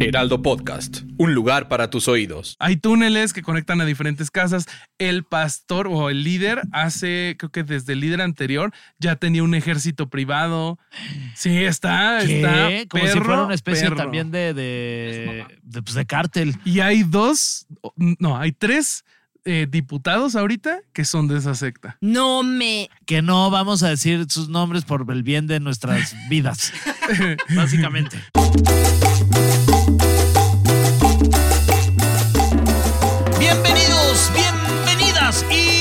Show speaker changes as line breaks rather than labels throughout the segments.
Heraldo Podcast, un lugar para tus oídos.
Hay túneles que conectan a diferentes casas. El pastor o el líder hace, creo que desde el líder anterior ya tenía un ejército privado. Sí, está,
¿Qué?
está.
Como si
perro,
fuera una especie
perro.
también de, de, de, pues, de cártel.
Y hay dos, no, hay tres eh, diputados ahorita que son de esa secta.
No me.
Que no vamos a decir sus nombres por el bien de nuestras vidas. Básicamente. Bienvenidos, bienvenidas y.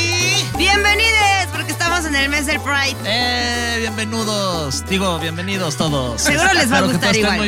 Bienvenides, porque estamos en el mes del Pride.
Eh, bienvenidos, digo, bienvenidos todos.
Seguro les va a
Espero que todos
gustar
estén
igual.
Muy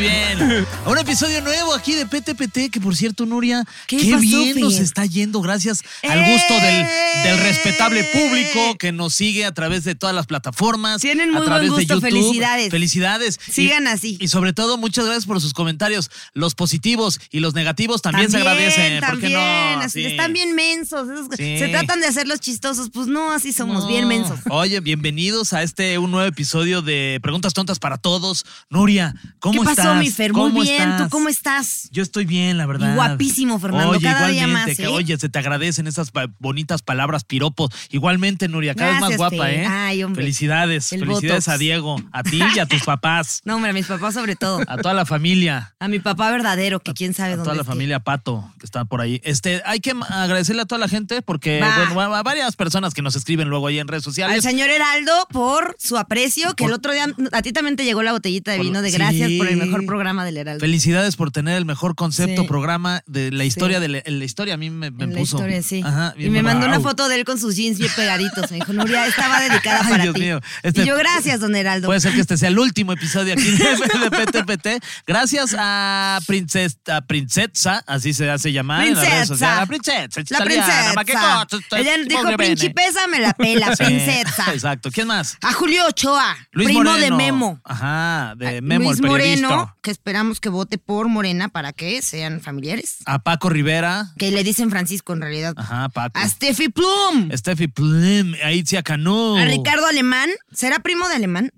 bien. A un episodio nuevo aquí de PTPT, que por cierto, Nuria,
¿Qué
qué,
pasó,
bien nos
Fer?
está yendo gracias al gusto del, del
¡Eh!
respetable público que nos sigue a través de todas las plataformas.
Tienen muy
a
buen
través
gusto,
de YouTube.
felicidades.
Felicidades.
Sigan
Y-
así.
Y sobre todo, muchas gracias por sus comentarios. Los positivos y los negativos también, se agradecen. ¿por qué
También,
no?
así,
Sí.
están bien mensos. esos que
Sí.
Se tratan de hacerlos chistosos. Pues no, así somos,
No.
bien mensos.
Oye, bienvenidos a este un nuevo episodio de Preguntas Tontas para Todos. Nuria, ¿cómo
¿Qué pasó,
estás?
mi Fer?
¿Cómo
muy bien,
estás?
¿tú cómo estás?
Yo estoy bien, la verdad.
Y guapísimo, Fernando,
Oye,
cada día
igualmente,
más,
que-
¿eh?
Oye, se te agradecen esas pa- bonitas palabras, piropos. Igualmente, Nuria, cada vez
Gracias,
más guapa,
Fer.
¿eh?
Ay, hombre.
Felicidades.
El
Felicidades
Botox.
a Diego, a ti y a tus papás,
No, hombre, a mis papás sobre todo.
a toda la familia.
A mi papá verdadero, que quién sabe
a
dónde
toda la
esté.
familia Pato que está por ahí. Este, hay que ma- agradecerle a toda la gente porque
Va.
bueno, a- a varias personas que nos escriben luego ahí en redes
Al
sociales.
señor Heraldo por su aprecio, que el otro día a ti también te llegó la botellita de
Por-
vino de gracias por el
sí.
mejor programa del Heraldo.
Felicidades por tener el mejor concepto
Sí.
programa de la historia
Sí.
de la, en la historia a mí me, me
En la
puso.
historia, sí.
Ajá,
y
bien
me
bueno.
mandó una
Au.
foto de él con sus jeans bien pegaditos. Me dijo, Nuria, estaba dedicada
Ay,
para
Dios
ti.
mío. Este-
Y yo, gracias, don Heraldo.
Puede ser que este sea el último episodio aquí de, de PTPT. Gracias a Princesa, Princesa, así se hace llamar ah, en las redes sociales. La Princesa,
La
italiana,
princesa.
ma che cazzo, sta-
Ella
sta-
dijo,
molto bene.
principesa, me la pela,
Sí,
princesa.
Exacto. ¿Quién más?
A Julio Ochoa,
Luis
primo
Moreno.
de Memo.
Ajá, de
A
Memo,
Luis
el periodista.
Moreno, que esperamos que vote por Morena para que sean familiares.
A Paco Rivera.
Que le dicen Francisco en realidad.
Ajá, Paco.
A Steffi Plum.
Steffi Plum, a Itzia Cano.
A Ricardo Alemán. ¿Será primo de Alemán?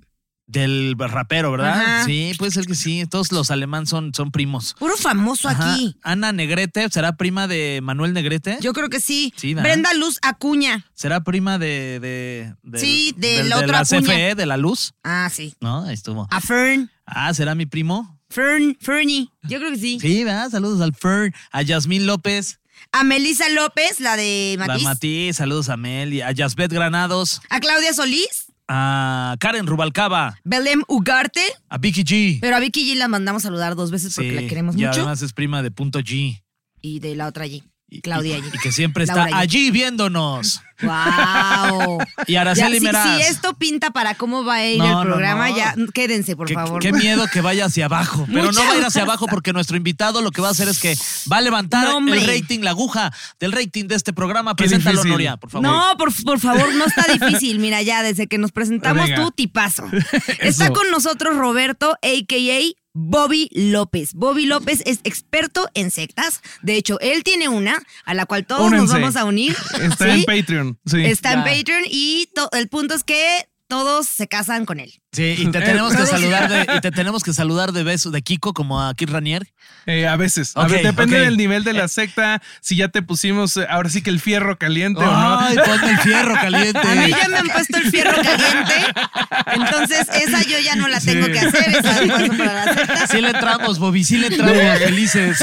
Del rapero, ¿verdad?
Ajá.
Sí, puede ser que sí. Todos los alemán son, son primos.
Puro famoso
Ajá.
aquí.
Ana Negrete, ¿será prima de Manuel Negrete?
Yo creo que sí.
Sí, ¿verdad?
Brenda Luz Acuña.
¿Será prima de. de, del-
Sí, de la
de
otra
la
cuña.
CFE, de la luz?
Ah, sí.
No, ahí estuvo.
A Fern.
Ah, ¿será mi primo?
Fern. Fernie. Yo creo que sí.
Sí, ¿verdad? Saludos al Fern, a Yasmín López,
A Melissa López, la de
la
Matiz.
Matiz, saludos a Meli, a Yasbet Granados,
a Claudia Solís.
a Karen Rubalcaba,
Belém Ugarte.
a Vicky G.
Pero a Vicky G la mandamos saludar dos veces porque
Sí,
la queremos
y
mucho.
además es prima de Punto G.
Y de la otra allí.
Y-
Claudia
y,
allí.
y que siempre está
Laura allí.
allí viéndonos.
¡Wow!
Y Araceli
si,
Meraz.
si esto pinta para cómo va a ir
No, no,
el programa,
no.
ya quédense, por
Qué,
favor.
qué miedo que vaya hacia abajo. Pero
Mucha
no va a ir hacia abajo porque nuestro invitado lo que va a hacer es que va a levantar
No, hombre.
el rating, la aguja del rating de este programa.
Qué
Preséntalo,
difícil.
Nuria, por favor.
No, por, por favor, no está difícil. Mira, ya desde que nos presentamos
Venga.
tú, tipazo. Está
Eso.
con nosotros Roberto, a.k.a. Bobby López. Bobby López es experto en sectas. De hecho, él tiene una a la cual todos nos
Únense.
vamos a unir.
Está en
¿sí?
Patreon. Sí.
Está en
Ya.
Patreon y to- el punto es que todos se casan con él.
Sí, y te tenemos que saludar de, y te tenemos que saludar de beso de Kiko como a Kid Ranier.
Eh, a veces. A
Ok,
ver, depende
ok. Eh,
del nivel de la secta. Si ya te pusimos eh, ahora sí que el fierro caliente o no.
Ay, ponme el fierro caliente.
A mí ya me han puesto el fierro caliente, entonces esa yo ya no la tengo
Sí.
que hacer, esa la paso para la secta.
Sí le entramos, Bobby, sí le entramos, felices.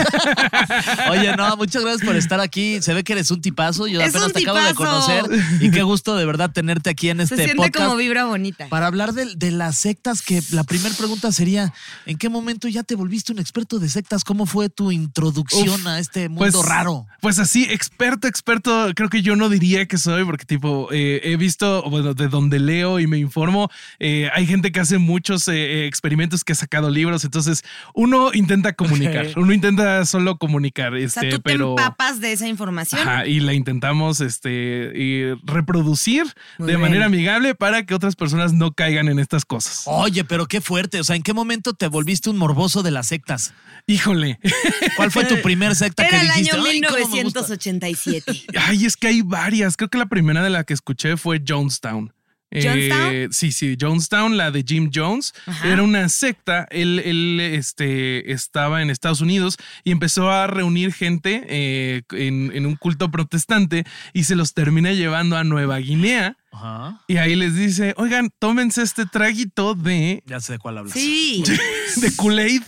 Oye, no, muchas gracias por estar aquí. Se ve que eres un tipazo. Yo
Es
apenas
un
te acabo de
tipazo.
conocer y qué gusto de verdad tenerte aquí en
Se
este
siente
podcast
como vibra bonita.
para hablar del- de, la las sectas que la primera pregunta sería, ¿en qué momento ya te volviste un experto de sectas? ¿Cómo fue tu introducción
Uf,
a este mundo raro?
Pues así, experto, experto, creo que yo no diría que soy, porque tipo, eh, he visto, bueno, de donde leo y me informo, eh, hay gente que hace muchos eh, eh, experimentos que ha sacado libros, entonces uno intenta comunicar, uno intenta solo comunicar,
O sea,
este,
tú
pero...
te empapas de esa información.
Ajá, y la intentamos este, y reproducir
Muy
de
bien. Oh.
manera amigable para que otras personas no caigan en estas cosas.
Oye, pero qué fuerte. O sea, ¿en qué momento te volviste un morboso de las sectas?
Híjole.
¿Cuál fue tu primer secta
Era
que
el
dijiste?
año
"Ay, cómo me gusta"?
1987.
Ay, es que hay varias. Creo que la primera de la que escuché fue Jonestown. Eh,
¿Jonestown?
sí, sí, Jonestown, la de Jim Jones.
Ajá.
Era una secta. Él, él, este, estaba en Estados Unidos y empezó a reunir gente eh, en, en un culto protestante y se los termina llevando a Nueva Guinea.
Ajá.
Y ahí les dice, oigan, tómense este traguito de,
Ya sé de cuál hablas.
Sí,
de Kool-Aid.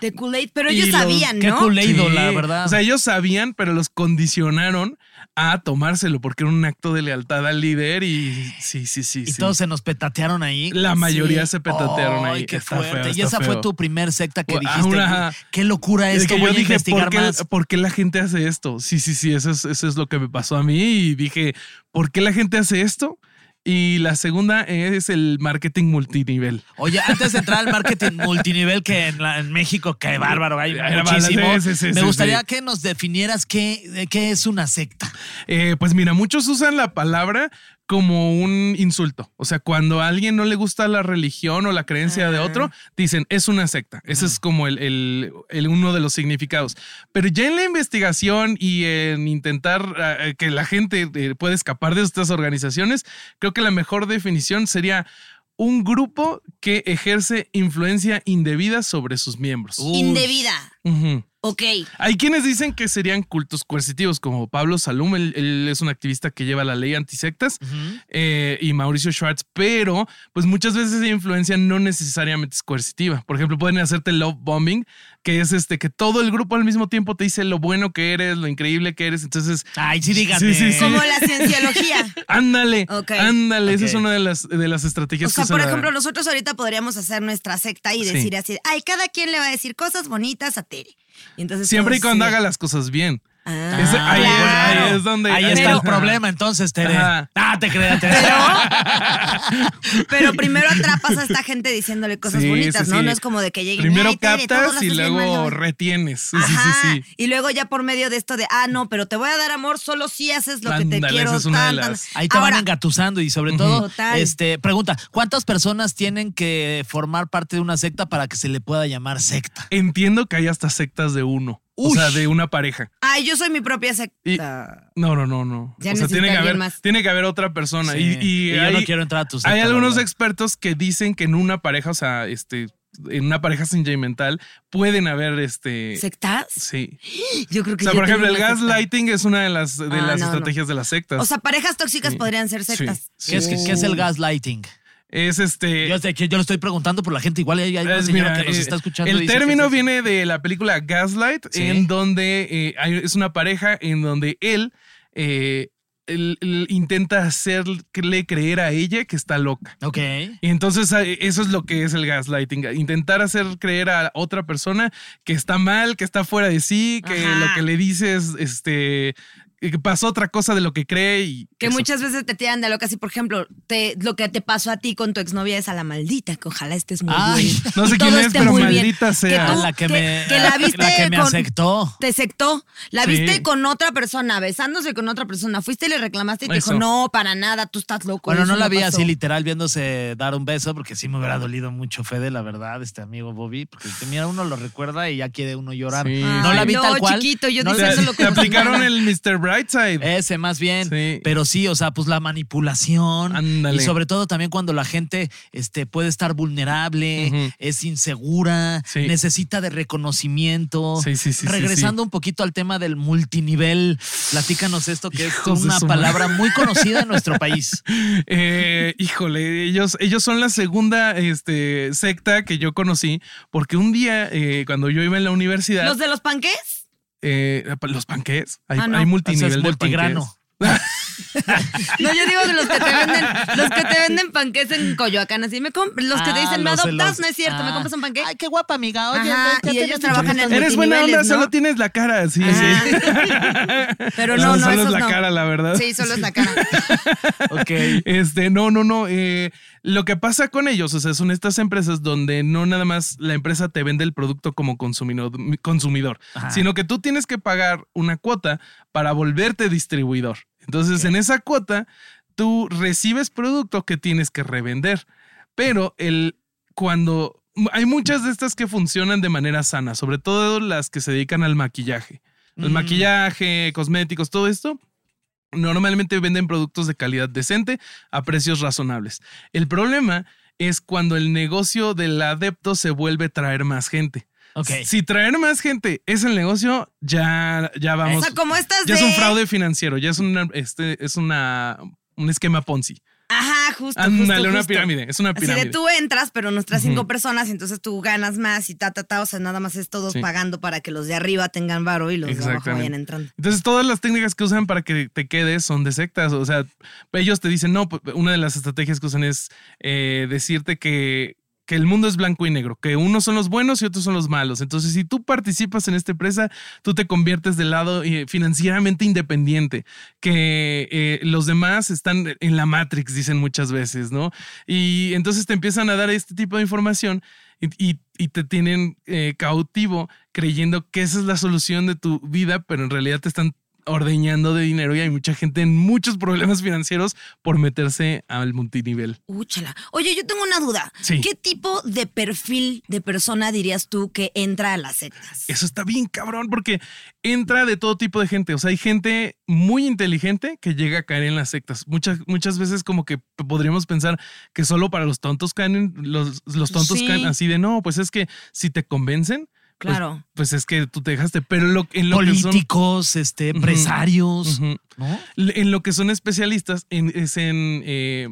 de Kool-Aid, pero
Y
ellos
los-
sabían,
Qué
¿no?
culeido,
Sí.
la verdad.
O sea, ellos sabían, pero los condicionaron a tomárselo porque era un acto de lealtad al líder y sí, sí, sí.
y
sí.
todos se nos petatearon ahí.
la mayoría
Sí.
se petatearon
Ay,
ahí.
qué
Está
fuerte.
feo,
y
está
esa fue
feo.
tu primer secta que
Ah,
dijiste.
una-
Qué locura
Es
esto.
que
Voy
yo
a
dije, ¿por
investigar
qué,
más.
por qué la gente hace esto? Sí, sí, sí, eso es, eso es lo que me pasó a mí y dije, ¿por qué la gente hace esto? Y la segunda es el marketing multinivel.
Oye, antes de entrar al marketing multinivel que en, la- en México, qué bárbaro, hay
Era
muchísimo.
bala- sí, sí, sí,
Me
sí,
gustaría
sí.
que nos definieras qué, de qué es una secta.
Eh, pues mira, muchos usan la palabra como un insulto. O sea, cuando a alguien no le gusta la religión o la creencia de otro, dicen es una secta. Ese es como el, el- el uno de los significados. Pero ya en la investigación y en intentar eh, que la gente eh, pueda escapar de estas organizaciones, creo que la mejor definición sería un grupo que ejerce influencia indebida sobre sus miembros.
Uh.
Indebida.
Ujú.
Ok.
Hay quienes dicen que serían cultos coercitivos, como Pablo Salum, él, él es un activista que lleva la ley antisectas, eh, y Mauricio Schwartz, pero pues muchas veces esa influencia no necesariamente es coercitiva. Por ejemplo, pueden hacerte love bombing, que es este que todo el grupo al mismo tiempo te dice lo bueno que eres, lo increíble que eres, entonces...
Ay, sí, dígate.
Sí, sí, sí.
Como la cienciología.
Ándale,
Ok.
ándale, esa es
Ok.
una de las, de las
O
estrategias
sea,
que se
por
da.
ejemplo, nosotros ahorita podríamos hacer nuestra secta y
Sí.
decir así, ay, cada quien le va a decir cosas bonitas a Tere. Y entonces
Siempre y
todos,
cuando
sí.
haga las cosas bien.
Ah,
Ese- ahí, es- ahí
claro.
es, donde...
Ahí
ahí
está
es-
el problema, entonces, Tere.
Ajá.
Ah, te creas, Tere.
Pero primero atrapas a esta gente diciéndole cosas
Sí,
bonitas,
sí,
¿no?
sí.
No es como de que lleguen.
Primero
"Ay, Tere, todo
captas y
lo haces bien
luego
mal, ¿no?".
retienes. Sí, sí,
Ajá.
sí, sí.
Y luego ya por medio de esto de, ah, no, pero te voy a dar amor solo si haces lo que te
Ándale,
quiero.
esa es una de
tan, tan".
las-
Ahí te
Ahora,
van engatusando y sobre todo,
Total.
este, pregunta, ¿cuántas personas tienen que formar parte de una secta para que se le pueda llamar secta?
Entiendo que hay hasta sectas de uno. O
Uy.
sea, de una pareja.
ay, yo soy mi propia secta.
No, no, no, no.
Ya
o sea, tiene
necesita
que,
alguien
haber,
más.
tiene que haber otra persona.
Sí.
Y, y
Y yo
hay,
no quiero entrar a tu secta,
hay
la
algunos
verdad.
expertos que dicen que en una pareja, o sea, este, en una pareja sentimental pueden haber este.
¿Sectas?
Sí.
Yo creo
O
que
sea,
yo
por ejemplo, el
tengo una secta.
gaslighting es una de las, de
Ah,
las
no, no.
estrategias de las sectas.
O sea, parejas tóxicas
Sí.
podrían ser
Sí.
sectas.
¿Qué es, qué es el gaslighting?
es este.
Yo, sé que yo lo estoy preguntando por la gente, igual hay, hay una
Es,
señora
mira,
que nos
eh,
está escuchando. y
El
dice que
término
es-
viene de la película Gaslight,
Sí.
en donde eh, hay- es una pareja en donde él, eh, él- él intenta hacerle creer a ella que está loca.
Ok.
Y entonces eh, eso es lo que es el gaslighting, intentar hacer creer a otra persona que está mal, que está fuera de sí, que
Ajá.
lo que le dices, este, que pasó otra cosa de lo que cree y
Que
eso.
muchas veces te tiran de loca, así por ejemplo, te, lo que te pasó a ti con tu exnovia es a la maldita, que ojalá estés muy
Ay,
bien.
no sé
y todo
quién es,
esté
pero
muy bien.
maldita sea.
Que, tú-
la que, me,
que la viste
la que me
con-
aceptó.
Te sectó, la
Sí.
viste con otra persona, besándose con otra persona, fuiste y le reclamaste y te dijo,
Eso.
no, para nada, tú estás loco.
Bueno,
eso
no la vi
pasó".
así literal viéndose dar un beso, porque sí me hubiera dolido mucho, Fede, la verdad, este amigo Bobby, porque mira, uno lo recuerda y ya quiere uno llorar.
Sí.
No la vi
Ay,
tal
no,
cual.
chiquito, yo
no
dije,
Te-
eso lo
te
como si
aplicaron
nada.
el Mr. Brightside.
Ese más bien.
Sí.
Pero sí, o sea, pues la manipulación.
Ándale.
Y sobre todo también cuando la gente este, puede estar vulnerable,
Ujú.
es insegura,
Sí.
necesita de reconocimiento.
Sí, sí, sí, sí,
Regresando un poquito al tema del multinivel, platícanos esto que
Hijos
es
de
una
su
palabra muy conocida en nuestro país.
Eh, híjole, ellos, ellos son la segunda este, secta que yo conocí, porque un día, eh, cuando yo iba en la universidad,
¿Los
los,
de los panques?
eh, los panqués, hay,
Ah, no.
hay
O sea,
multinivel
es
de
multigrano.
panqués.
No, yo digo que los que te venden, los que te venden panques en Coyoacán, así me comp- los que te dicen, me
Ah, los-
adoptas,
los-
no es cierto, me
ah.
compras un panque.
Ay, qué guapa, amiga. Oye,
Ajá,
ya
y
te
ellos
había
trabajan
dicho
en
que-
Eres buena onda,
multiniveles, ¿no?
solo tienes la cara. Sí, sí.
Ajá. Ah. Pero no,
Solo-
no,
solo es
esos
la
no.
cara, la verdad.
Sí, solo es la cara.
Ok.
Este, no, no, no. eh, lo que pasa con ellos, o sea, son estas empresas donde no nada más la empresa te vende el producto como consumidor, consumidor
Ajá.
sino que tú tienes que pagar una cuota para volverte distribuidor. Entonces, en esa cuota, tú recibes producto que tienes que revender. Pero el cuando hay muchas de estas que funcionan de manera sana, sobre todo las que se dedican al maquillaje. El
Mm.
maquillaje, cosméticos, todo esto. Normalmente venden productos de calidad decente a precios razonables. El problema es cuando el negocio del adepto se vuelve traer más gente.
Ok.
Si traer más gente es el negocio, ya, ya
O
vamos.
sea, como estas
Ya
de.
es un fraude financiero, ya es, una, este, es una, un esquema Ponzi.
Ajá, justo. justo,
Ándale, una
justo.
pirámide, es una
Así de
pirámide.
tú entras, pero nos traes cinco personas, y entonces tú ganas más y ta, ta, ta. O sea, nada más es todos
Sí.
pagando para que los de arriba tengan varo y los de abajo
Exactamente.
vayan entrando.
Entonces, todas las técnicas que usan para que te quedes son de sectas. O sea, ellos te dicen, no, pues, una de las estrategias que usan es eh, decirte que, que el mundo es blanco y negro, que unos son los buenos y otros son los malos. Entonces, si tú participas en esta empresa, tú te conviertes del lado eh, financieramente independiente, que eh, los demás están en la Matrix, dicen muchas veces, ¿no? Y entonces te empiezan a dar este tipo de información y, y- y te tienen eh, cautivo creyendo que esa es la solución de tu vida, pero en realidad te están ordeñando de dinero y hay mucha gente en muchos problemas financieros por meterse al multinivel.
Úchala. Oye, yo tengo una duda.
Sí.
¿Qué tipo de perfil de persona dirías tú que entra a las sectas?
Eso está bien cabrón porque entra de todo tipo de gente. O sea, hay gente muy inteligente que llega a caer en las sectas. Muchas, muchas veces como que p- podríamos pensar que solo para los tontos caen, en- los, los tontos
Sí.
caen así de no, pues es que si te convencen, pues,
Claro.
pues, es que tú te dejaste. Pero lo, en lo que son-
Políticos, este, empresarios,
Ujú.
¿no?
L- En lo que son especialistas en, es en, eh,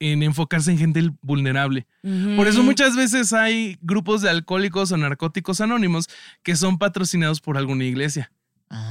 en enfocarse en gente vulnerable. Por eso
Mm.
Ujú.
muchas veces hay grupos de alcohólicos o narcóticos anónimos que son patrocinados por alguna iglesia.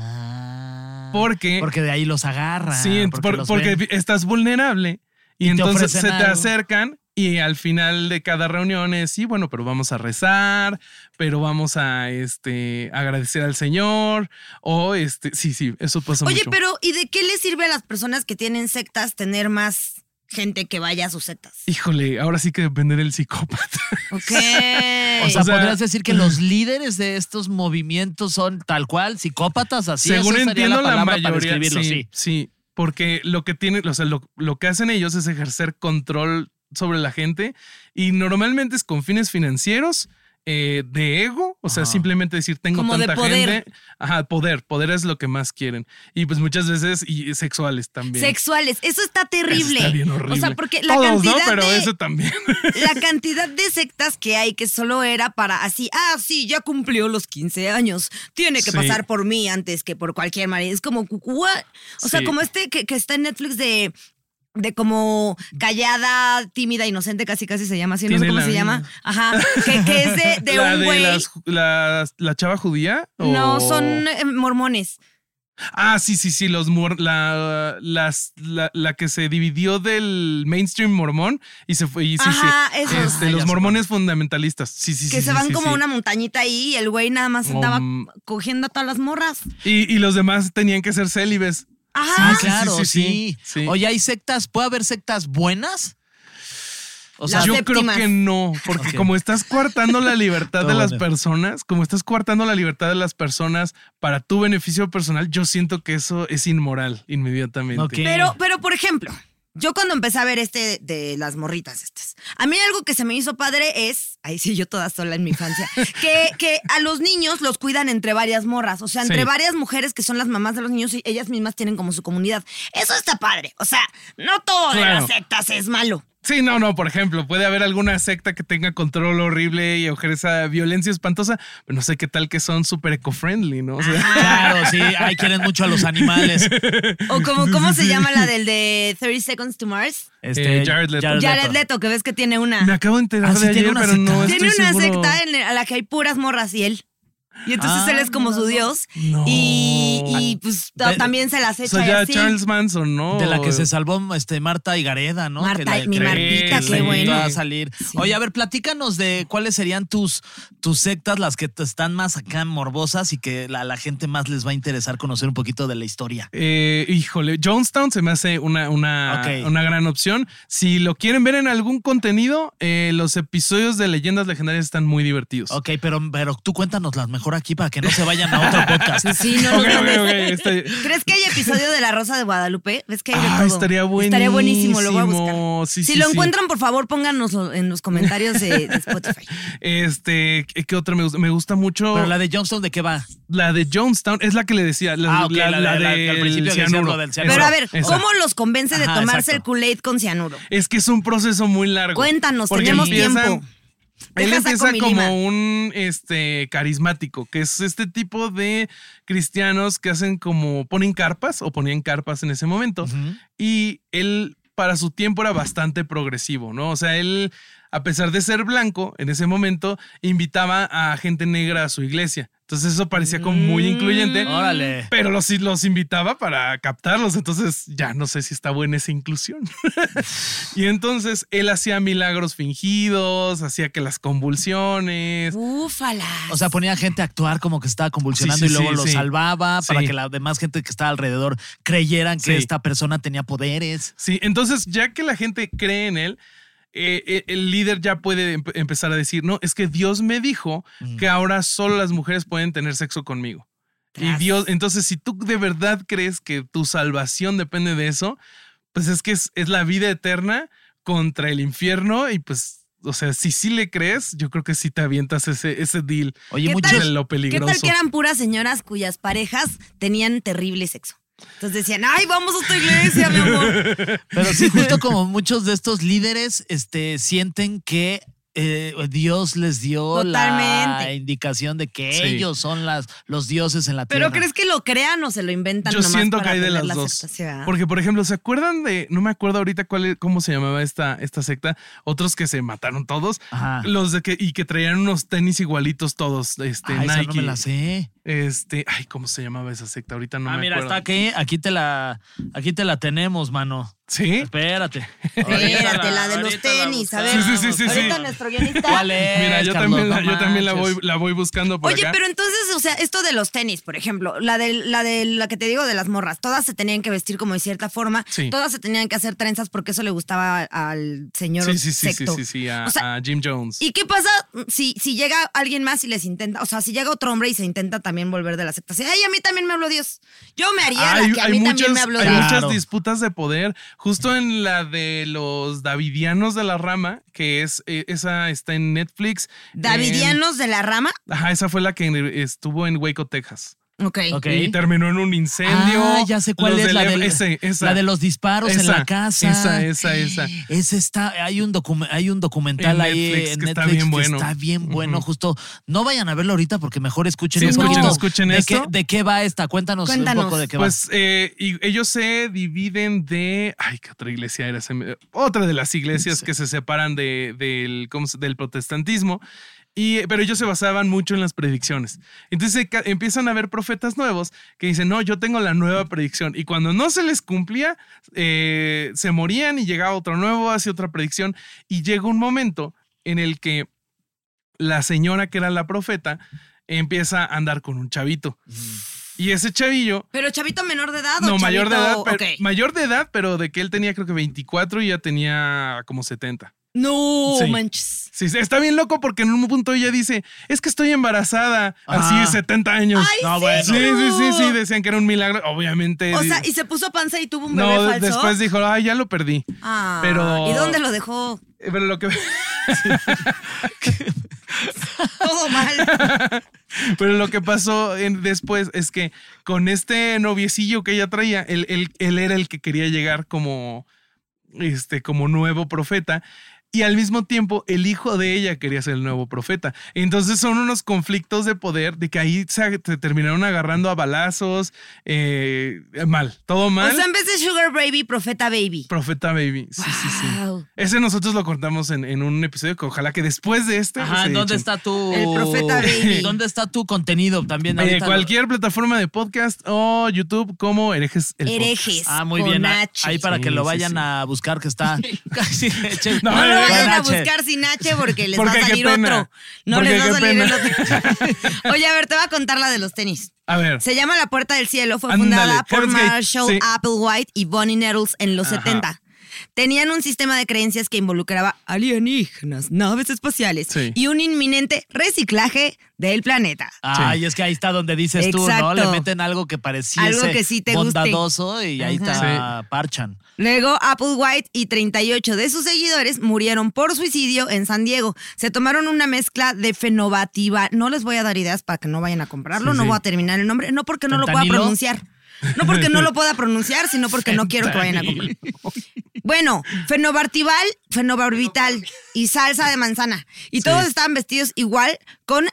Ah,
Porque,
porque de ahí los agarran.
sí,
porque,
por-
los
porque
ven.
estás vulnerable y, entonces
ofrecen
se te
algo.
acercan y al final de cada reunión es, sí, bueno, pero vamos a rezar, pero vamos a este, agradecer al Señor o este, sí, sí, eso pasa
Oye,
mucho.
pero ¿y de qué les sirve a las personas que tienen sectas tener más gente que vaya a sus sectas?
Híjole, ahora sí que depende del psicópata.
O
Ok.
sea,
o sea-
podrías decir que los líderes de estos movimientos son tal cual psicópatas, así.
Según
esa sería
entiendo, la,
palabra para
mayoría
describirlo,
sí,
sí.
sí, porque lo que tienen, o sea, lo, lo que hacen ellos es ejercer control sobre la gente y normalmente es con fines financieros. eh, de ego, o sea,
Ajá.
simplemente decir tengo
Como de
tanta
poder.
gente, ajá, poder, poder es lo que más quieren y pues muchas veces y sexuales también.
Sexuales, eso está terrible.
Eso está bien horrible.
O sea, porque la
Todos,
cantidad
¿no? Pero
de
eso también.
la cantidad de sectas que hay que solo era para así, ah, sí, ya cumplió los 15 años, tiene que
Sí.
pasar por mí antes que por cualquier manera. Es como cucúa. O sea,
Sí.
como este que, que está en Netflix de de como callada, tímida, inocente, casi casi se llama así, no sé
Tiene
cómo
la
se llama.
misma.
Ajá, que, que es de, de
la
un
de
güey.
las- Oh. las- la chava judía. o-
No, son eh, mormones.
Ah, sí, sí, sí, los mor- la, las, la, la que se dividió del mainstream mormón y se fue. Y sí,
Ajá,
sí.
esos.
Este,
Ah, ya
los
sé
mormones fundamentalistas. Sí, sí, sí.
Que se
sí,
van
sí,
como a
sí.
una montañita ahí y el güey nada más andaba
Um,
cogiendo a todas las morras.
Y, y los demás tenían que ser célibes.
Ajá.
Ah,
Sí, sí,
claro,
sí,
sí,
sí, sí.
Oye, hay sectas, ¿puede haber sectas buenas? O sea,
Las
Yo
séptimas.
creo que no, porque
Ok.
como estás coartando la libertad de
Todo
las
bueno.
personas, como estás coartando la libertad de las personas para tu beneficio personal, yo siento que eso es inmoral inmediatamente.
Ok.
Pero, pero, por ejemplo, yo cuando empecé a ver este de las morritas estas, a mí algo que se me hizo padre es, ahí sí, yo toda sola en mi infancia, que, que a los niños los cuidan entre varias morras, o sea, entre
Sí.
varias mujeres que son las mamás de los niños y ellas mismas tienen como su comunidad. Eso está padre, o sea, no todo de
Claro.
las sectas es malo.
Sí, no, no, por ejemplo, puede haber alguna secta que tenga control horrible y ejerza violencia espantosa, pero no sé qué tal que son súper eco-friendly, ¿no? O sea,
Claro, sí, ahí quieren mucho a los animales.
Eh,
O como, ¿cómo se llama la del de 30 Seconds to Mars?
Este,
Eh, Jared Leto.
Jared Leto, que ves que tiene una...
me acabo de enterar
Ah,
de
sí, tiene
ayer,
una
pero
secta.
no estoy
Tiene una eh,
seguro.
secta en la- a la que hay puras morras y él. Y entonces
Ah,
él es como
mira, no.
su dios.
No.
Y, Y pues ta-
De-
también se las
O
echa
sea,
y
ya
así.
Charles Manson, ¿no?
De la que se salvó este, Marta y Gareda, ¿no?
Marta,
Que la-
mi
que la-
Martita,
que
qué
la invitó
bueno.
a salir. Oye, a ver, platícanos de cuáles serían tus, tus sectas, las que te están más acá morbosas y que a la, la gente más les va a interesar conocer un poquito de la historia.
Eh, híjole, Jonestown se me hace una, una,
Ok.
una gran opción. Si lo quieren ver en algún contenido, eh, los episodios de Leyendas Legendarias están muy divertidos.
Ok, pero, pero tú cuéntanoslas mejor aquí para que no se vayan a otro podcast.
Ah, Sí, no, no,
Ok,
no,
ok,
no.
ok, este-
¿Crees que hay episodio de La Rosa de Guadalupe? ¿Ves que hay de
Ah,
todo?
estaría
Estaría buenísimo, lo voy a
buenísimo.
buscar.
Sí,
si
sí,
lo
sí.
encuentran, por favor, pónganoslo en los comentarios de, de Spotify.
Este, ¿qué- ¿qué otra me gusta? Me gusta mucho
Pero
la,
la de Johnstone, ¿de qué va?
de Jonestown, es la que le decía, la,
Ah, ok, la de- la que al principio decía lo del cianuro.
Pero a ver,
Esa.
¿cómo los convence de
Ajá,
tomarse
exacto.
el Kool-Aid con cianuro?
Es que es un proceso muy largo.
Cuéntanos,
Porque
tenemos
empiezan-
tiempo.
Él
Deja, saco
empieza
mi lima.
como un este carismático, que es este tipo de cristianos que hacen como ponen carpas o ponían carpas en ese momento. Y él para su tiempo era bastante progresivo, ¿no? O sea, él a pesar de ser blanco en ese momento invitaba a gente negra a su iglesia. Entonces eso parecía como muy incluyente.
Órale.
Pero los, los invitaba para captarlos, entonces ya no sé si está buena esa inclusión. y entonces él hacía milagros fingidos, hacía que las convulsiones.
Búfala.
O sea, ponía gente a actuar como que estaba convulsionando
Sí, sí,
y luego
sí,
lo
sí.
salvaba para
Sí.
que la demás gente que estaba alrededor creyeran que
Sí.
esta persona tenía poderes.
Sí, entonces ya que la gente cree en él, eh, eh, el líder ya puede empe- empezar a decir, no, es que Dios me dijo que ahora solo las mujeres pueden tener sexo conmigo. Y
Tras.
Dios, entonces si tú de verdad crees que tu salvación depende de eso, pues es que es, es la vida eterna contra el infierno y pues, o sea, si sí le crees, yo creo que sí te avientas ese, ese deal
Oye,
¿Qué
muchos.
tal?
de lo
¿Qué
peligroso.
tal que eran puras señoras cuyas parejas tenían terrible sexo? Entonces decían, ay, vamos a tu iglesia, mi amor.
Pero sí, justo como muchos de estos líderes este, sienten que eh, Dios les dio la
Totalmente.
indicación de que
Sí.
ellos son las, los dioses en la tierra.
¿Pero crees que lo crean o se lo inventan
Yo
nomás
siento que
para
hay de
tener
las
la
dos.
aceptación?
Porque, por ejemplo, ¿se acuerdan de, no me acuerdo ahorita cuál, es- cómo se llamaba esta, esta secta? Otros que se mataron todos.
Ajá.
Los de que, y que traían unos tenis igualitos todos, este,
Ah, esa
Nike.
no me la sé.
Este, ay, ¿cómo se llamaba esa secta? Ahorita no
ah,
me
mira,
acuerdo.
está aquí. Aquí te la, aquí te la tenemos, mano.
¿Sí?
Espérate.
Espérate, la de los tenis, a ver.
Sí, sí, sí, sí, sí.
Ahorita nuestro guionista.
¿Cuál es?
Mira, yo
Carlos?
también, la,
Eh, No
yo también la, voy,
manches.
la voy buscando por
Oye,
acá.
pero entonces, o sea, esto de los tenis, por ejemplo, la de, la de la que te digo de las morras, todas se tenían que vestir como de cierta forma,
Sí.
todas se tenían que hacer trenzas porque eso le gustaba al señor.
Sí, sí, sí, sí,
secto.
sí, sí, a,
O sea,
a Jim Jones.
¿Y qué pasa si, si llega alguien más y les intenta? O sea, si llega otro hombre y se intenta también volver de la secta. Así, Ay, a mí también me habló Dios. Yo me haría la que a mí también me habló
hay
Dios.
muchas
Claro.
disputas de poder. Justo en la de los Davidianos de la Rama, que es eh, esa está en Netflix.
Davidianos de la rama.
En- ajá, esa fue la que en- estuvo en Waco, Texas.
Ok.
Ok.
Y terminó en un incendio.
Ah, ya sé cuál
Los
es la,
del-
del-
ese, esa.
la de los disparos en
Esa,
la casa.
esa, esa, esa.
Es esta, hay un, docu- hay un documental
En
ahí
Netflix
en
que está
Netflix
bien bueno.
está bien bueno, justo. No vayan a verlo ahorita porque mejor escuchen
Sí,
un
escuchen,
poquito
escuchen
de,
esto.
Qué, de qué va esta. Cuéntanos,
Cuéntanos.
un poco de qué
Pues eh, y ellos se dividen de. Ay, qué otra iglesia era. Se me- otra de las iglesias que se separan de, del, ¿cómo se- del protestantismo. Y, eh, pero ellos se basaban mucho en las predicciones. Entonces eh, ca- empiezan a haber profetas nuevos que dicen, no, yo tengo la nueva predicción. Y cuando no se les cumplía, eh, se morían y llegaba otro nuevo, hacía otra predicción. Y llega un momento en el que la señora que era la profeta empieza a andar con un chavito.
Mm.
Y ese chavillo
Pero chavito menor de edad o
no, mayor de edad,
chavito-
pero,
ok.
mayor de edad, pero de que él tenía creo que 24 y ya tenía como 70.
No
Sí.
manches.
Sí, sí, está bien loco porque en un punto ella dice, es que estoy embarazada,
Ah.
así 70 años.
Ay,
No,
sí,
bueno.
sí, sí, sí, sí,
no.
decían que era un milagro, obviamente.
O
di-
sea, y se puso panza y tuvo un bebé
no, de-
falso.
después dijo, ay, ya lo perdí.
Ah,
pero-
¿Y dónde lo dejó?
Eh, Pero lo que,
Todo mal.
pero lo que pasó en- después es que con este noviecillo que ella traía, él, él- él era el que quería llegar como, este, como nuevo profeta. y al mismo tiempo el hijo de ella quería ser el nuevo profeta. Entonces son unos conflictos de poder de que ahí se, ag- se terminaron agarrando a balazos, eh, mal, todo mal.
O sea, en vez de Sugar Baby, Profeta Baby.
Profeta Baby, sí, sí, sí.
Wow.
Ese nosotros lo contamos en, en un episodio que ojalá que después de este...
Ajá,
se
¿dónde
echen.
está tu.
El profeta baby.
¿Dónde está tu contenido también?
En
ahorita
Eh,
lo-
cualquier plataforma de podcast o YouTube como herejes. el
Herejes.
Ah, muy
con
bien. ah,
H.
Ahí para
Sí,
que lo
sí,
vayan
sí.
a buscar, que está casi de hecho.
No,
No
Ay,
lo
con
vayan a
H.
buscar sin H porque les
Porque qué
va a salir
pena.
otro. No
Porque
les va a
qué
salir el
pena.
otro. Oye, a ver, te voy a contar la de los tenis.
podcast. A ver.
Se llama La Puerta del Cielo. Fue
Ándale,
fundada por
Heaven's Gate,
Marshall
sí.
Applewhite y Bonnie Nettles en los
Ajá.
70. Tenían un sistema de creencias que involucraba alienígenas, naves espaciales
Sí.
y un inminente reciclaje del planeta.
Ay, es que ahí está donde dices tú, ¿no?
Exacto.
Le meten algo que pareciese
Algo que sí te guste.
bondadoso y ahí
Ajá. Ah,
está parchan.
Luego, Applewhite y 38 de sus seguidores murieron por suicidio en San Diego. Se tomaron una mezcla de fenobativa. No les voy a dar ideas para que no vayan a comprarlo.
Sí,
no
sí.
voy a terminar el nombre. No porque no lo pueda
¿Fentanilo?
pronunciar. No porque no lo pueda pronunciar, sino porque no quiero que vayan a comprar. Bueno, fenobarbital, fenobarbital y salsa de manzana. Y todos estaban vestidos igual con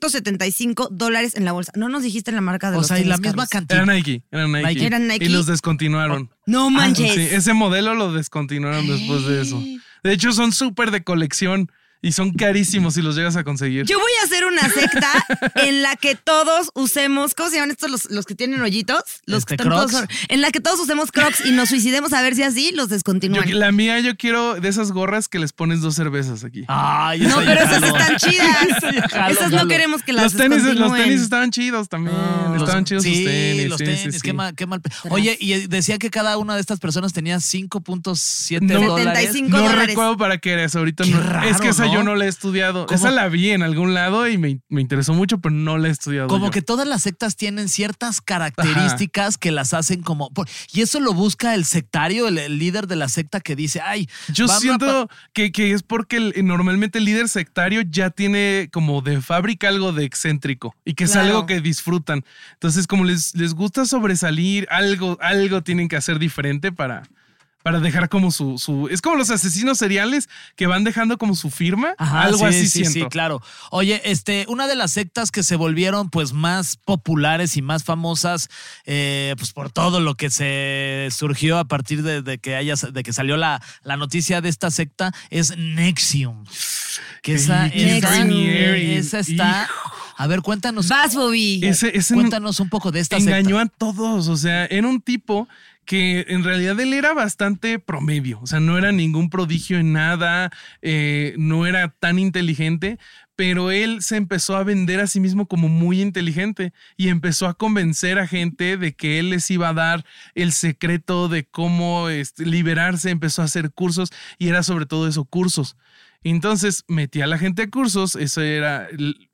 5.75 dólares en la bolsa. No nos dijiste la marca de
O
los
sea, y
tenis,
la misma
Carlos.
Era
cantidad.
Nike, era Nike.
Nike.
Era Nike.
Y los descontinuaron.
Ah,
Ah,
No manches.
Sí, ese modelo lo descontinuaron después de eso. De hecho, son súper de colección y son carísimos si los llegas a conseguir.
Yo voy a hacer una secta en la que todos usemos, ¿cómo se llaman estos los, los que tienen hoyitos? Los
Este,
que están todos-
Crocs.
en la que todos usemos crocs y nos suicidemos a ver si así los
Yo-
descontinúan.
la mía, yo quiero de esas gorras que les pones dos cervezas aquí.
Ah,
Ay,
no,
esa
pero
ya
esas
jaló.
están chidas.
Esa ya jaló,
esas no
jaló.
queremos que las
los tenis, los
descontinúen. Ah,
tenis estaban chidos también. Mm, estaban chidos
sí,
sus tenis.
los
sí,
tenis,
sí, sí.
Qué, mal, qué mal pe- Oye, y decía que cada una de estas personas tenía 5.7
No.
dólares.
75.
No
dólares.
recuerdo para qué era eso. Ahorita
Qué
no.
raro,
es que esa
¿no?
yo no la he estudiado.
¿Cómo?
Esa la vi en algún lado y me, me interesó mucho, pero no la he estudiado.
Como
yo.
que todas las sectas tienen ciertas características que las hacen como. por- y eso lo busca el sectario, el, el líder de la secta que dice, ay,
Yo
vamos a
siento que, que es porque el- eh, normalmente el líder sectario ya tiene como de fábrica algo de excéntrico y que es
Claro.
algo que disfrutan. Entonces, como les, les gusta sobresalir, algo, algo tienen que hacer diferente para, para dejar como su, su. Es como los asesinos seriales que van dejando como su firma.
Ajá,
algo
sí,
así
sí,
siento.
sí, claro. Oye, este, una de las sectas que se volvieron pues más populares y más famosas, eh, pues por todo lo que se surgió a partir de, de que haya, de que salió la, la noticia de esta secta es Nexium. Que esa,
Qué
esa-
Nexium.
esa está. A ver, cuéntanos.
Vas, Bobby.
Ese, ese
Cuéntanos un poco de esta
engañó
secta.
a todos, o sea, era un tipo que en realidad él era bastante promedio, o sea, no era ningún prodigio en nada, eh, no era tan inteligente, pero él se empezó a vender a sí mismo como muy inteligente y empezó a convencer a gente de que él les iba a dar el secreto de cómo este, liberarse, empezó a hacer cursos y era sobre todo eso, cursos. Entonces metía a la gente a cursos, eso era,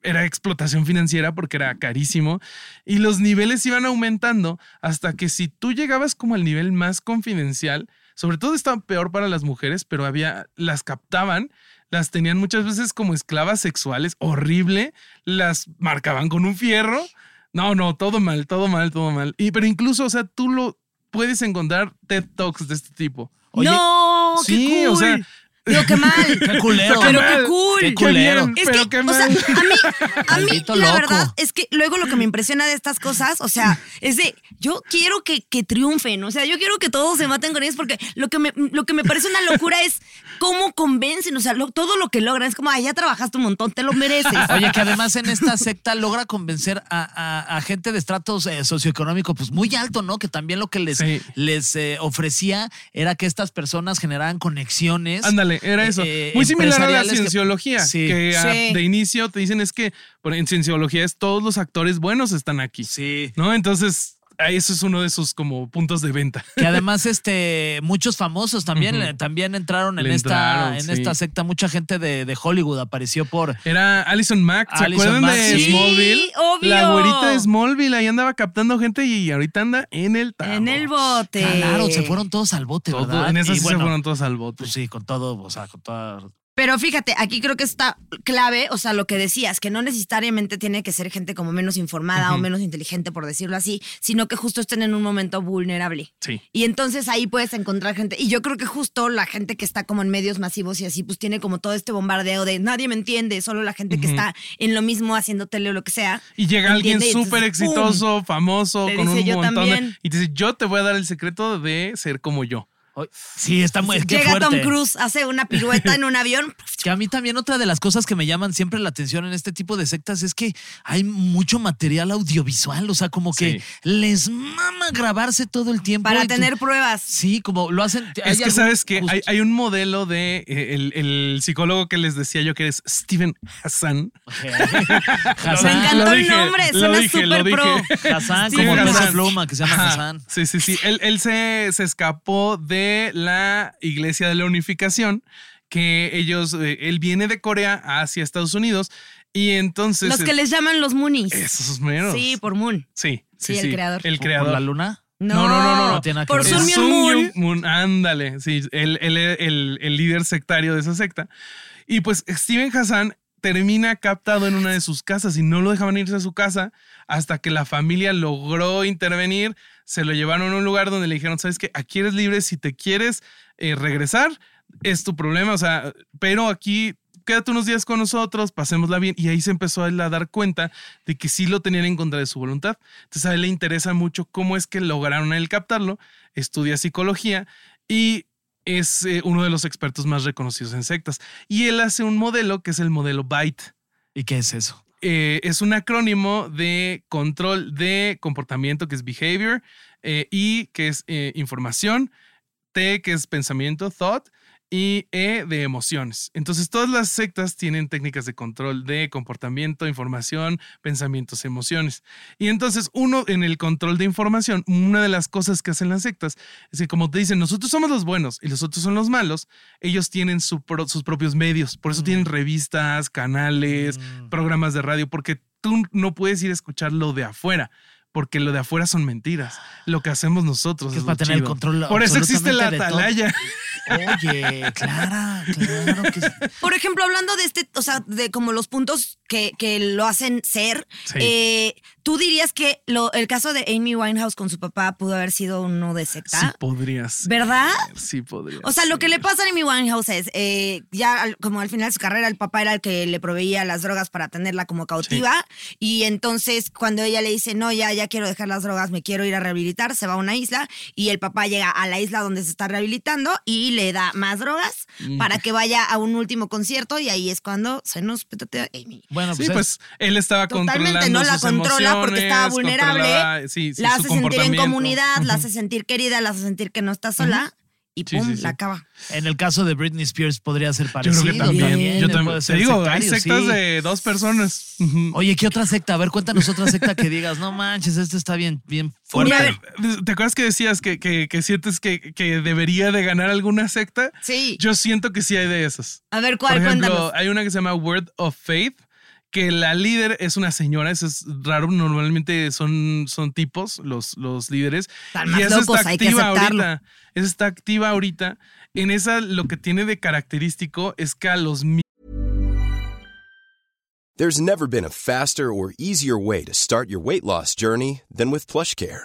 era explotación financiera porque era carísimo y los niveles iban aumentando hasta que si tú llegabas como al nivel más confidencial, sobre todo estaba peor para las mujeres, pero había, las captaban, las tenían muchas veces como esclavas sexuales, horrible, las marcaban con un fierro. No, no, todo mal, todo mal, todo mal. Y pero incluso, o sea, tú lo puedes encontrar TED Talks de este tipo.
Oye,
no, qué
sí,
cool.
o sea,
Digo, qué mal.
Qué culero.
Pero
mal,
qué cool.
qué culero.
bien,
Es
pero
que,
qué
o sea,
mal.
a mí, a mí
Maldito
la
loco.
verdad es que luego lo que me impresiona de estas cosas, o sea, es de, yo quiero que, que triunfen, o sea, yo quiero que todos se maten con ellos porque lo que me, lo que me parece una locura es cómo convencen, o sea, lo- todo lo que logran es como, ay, ya trabajaste un montón, te lo mereces.
Oye, que además en esta secta logra convencer a, a- a gente de estratos eh, socioeconómico pues muy alto, ¿no? Que también lo que les,
Sí.
les eh, ofrecía era que estas personas generaran conexiones.
Ándale, era eso.
eh,
Muy similar a la
empresariales que-
cienciología, que,
Sí.
a-
Sí.
de inicio te dicen es que por- en cienciología es todos los actores buenos están aquí,
Sí.
¿no? Entonces, ahí eso es uno de sus como puntos de venta.
Que además, este, muchos famosos también, eh, también entraron en
Le
esta,
entraron,
en
sí.
esta secta. Mucha gente de, de Hollywood apareció por.
Era Alison Mack, ¿se
Alison
acuerdan
Mack,
de
sí.
Smallville?
Sí, obvio.
La güerita de Smallville ahí andaba captando gente y ahorita anda en el tambo.
en el bote.
Claro, se fueron todos al bote,
Todo-
¿verdad?
en esas
Y
sí se
bueno,
Pues,
fueron todos al bote.
Pues sí, con todo, o sea, con toda
Pero fíjate, aquí creo que está clave, o sea, lo que decías, que no necesariamente tiene que ser gente como menos informada o menos inteligente, por decirlo así, sino que justo estén en un momento vulnerable.
Sí.
Y entonces ahí puedes encontrar gente. Y yo creo que justo la gente que está como en medios masivos y así, pues tiene como todo este bombardeo de nadie me entiende, solo la gente que está en lo mismo haciendo tele o lo que sea.
Y llega alguien
entiende, y entonces,
súper
¡pum!
exitoso, famoso,
Te
con
dice,
un
"Yo
montón de.
también".
Y te dice, yo te voy a dar el secreto de ser como yo.
Ay, Sí, está muy es que
Pues Llega Tom
fuerte.
Cruise, hace una pirueta en un avión. pues,
Que a mí también otra de las cosas que me llaman siempre la atención en este tipo de sectas es que hay mucho material audiovisual, o sea, como que
Sí.
les mama grabarse todo el tiempo.
Para
y tú-
tener pruebas.
Sí, como lo hacen. hay
Es que
algún-
sabes que
justo-
hay, hay un modelo de eh, el, el psicólogo que les decía yo que es Steven Hassan.
Me
Hassan,
encanta. encantó
Lo
el nombre,
lo
suena
dije, lo
súper pro.
dije.
Hassan,
Steven
como el peso
Hassan.
pluma que se llama
Ajá.
Hassan.
Sí, sí, sí. Él, él se, se escapó de la Iglesia de la Unificación, que ellos, eh, él viene de Corea hacia Estados Unidos y entonces...
Los que les llaman los Moonies.
Esos meros.
Sí, por Moon.
Sí, sí,
Sí, el creador.
El
¿Por- ¿Por la
creador.
luna?
No,
No, no, no, no, no
tiene nada que
Por
ver.
Sun
Es
Myung Moon.
Moon, ándale, sí, él, él es el, el líder sectario de esa secta. Y pues Steven Hassan termina captado en una de sus casas y no lo dejaban irse a su casa hasta que la familia logró intervenir, se lo llevaron a un lugar donde le dijeron, sabes que aquí eres libre, si te quieres eh, regresar, es tu problema, o sea, pero aquí... Quédate unos días con nosotros, pasémosla bien. Y ahí se empezó él a dar cuenta de que sí lo tenían en contra de su voluntad. Entonces a él le interesa mucho cómo es que lograron a él captarlo estudia psicología y es eh, uno de los expertos más reconocidos en sectas. Y él hace un modelo que es el modelo BITE.
¿Y qué es eso?
Eh, es un acrónimo de control de comportamiento, que es behavior, eh, I, que es eh, información, T, que es pensamiento, thought, y E, de emociones. Entonces, todas las sectas tienen técnicas de control de comportamiento, información, pensamientos, emociones. Y entonces, uno, en el control de información, una de las cosas que hacen las sectas es que, como te dicen, nosotros somos los buenos y los otros son los malos, ellos tienen su pro- sus propios medios. Por eso tienen revistas, canales, programas de radio, porque tú no puedes ir a escuchar lo de afuera, porque lo de afuera son mentiras. Lo que hacemos nosotros
Que
es,
es para
lo
tener
chido.
control
Por eso existe la
absolutamente de todo.
atalaya.
Oye, Clara, claro que sí.
Por ejemplo, hablando de este, o sea, de como los puntos que, que lo hacen ser,
Sí.
eh, ¿tú dirías que lo, el caso de Amy Winehouse con su papá pudo haber sido uno de
Sí pues.
secta?
podrías.
¿Verdad?
Sí podrías.
O sea, lo que le pasa a Amy Winehouse es, eh, ya al- como al final de su carrera, el papá era el que le proveía las drogas para tenerla como cautiva. Y entonces, cuando ella le dice, no, ya, ya quiero dejar las drogas, me quiero ir a rehabilitar, se va a una isla. Y el papá llega a la isla donde se está rehabilitando y le da más drogas
Mm.
para que vaya a un último concierto. Y ahí es cuando se nos petatea Amy.
Bueno,
Sí,
pues, es-
pues él estaba
Totalmente,
controlando
no la
sus
controla porque
emociones,
estaba vulnerable.
controlaba, sí, sí,
la
su
hace sentir en
comportamiento.
comunidad, la
Ujú.
hace sentir querida, la hace sentir que no está sola. Y
Sí,
pum,
sí, sí.
la acaba.
en el caso de Britney Spears podría ser
pues. Yo
parecido.
creo que también.
también,
Yo
Puede
también. Te
ser
digo, hay
sectario,
sectas
sí.
de dos personas. Ujú.
Oye, ¿qué otra secta? A ver, cuéntanos otra secta que digas, no manches, esto está bien, bien fuerte.
Una vez- ¿Te acuerdas que decías que, que- que sientes que, que debería de ganar alguna secta?
Sí.
Yo siento que sí hay de esas.
a ver,
Por
¿cuál?
ejemplo,
Cuéntanos.
hay una que se llama Word of Faith, que la líder es una señora, eso es raro, normalmente son, son tipos los, los líderes.
Están más
esa
locos, hay que aceptarlo.
ahorita. Esa está activa ahorita. En esa lo que tiene de característico es que a los
There's never been a faster or easier way to start your weight loss journey than with PlushCare.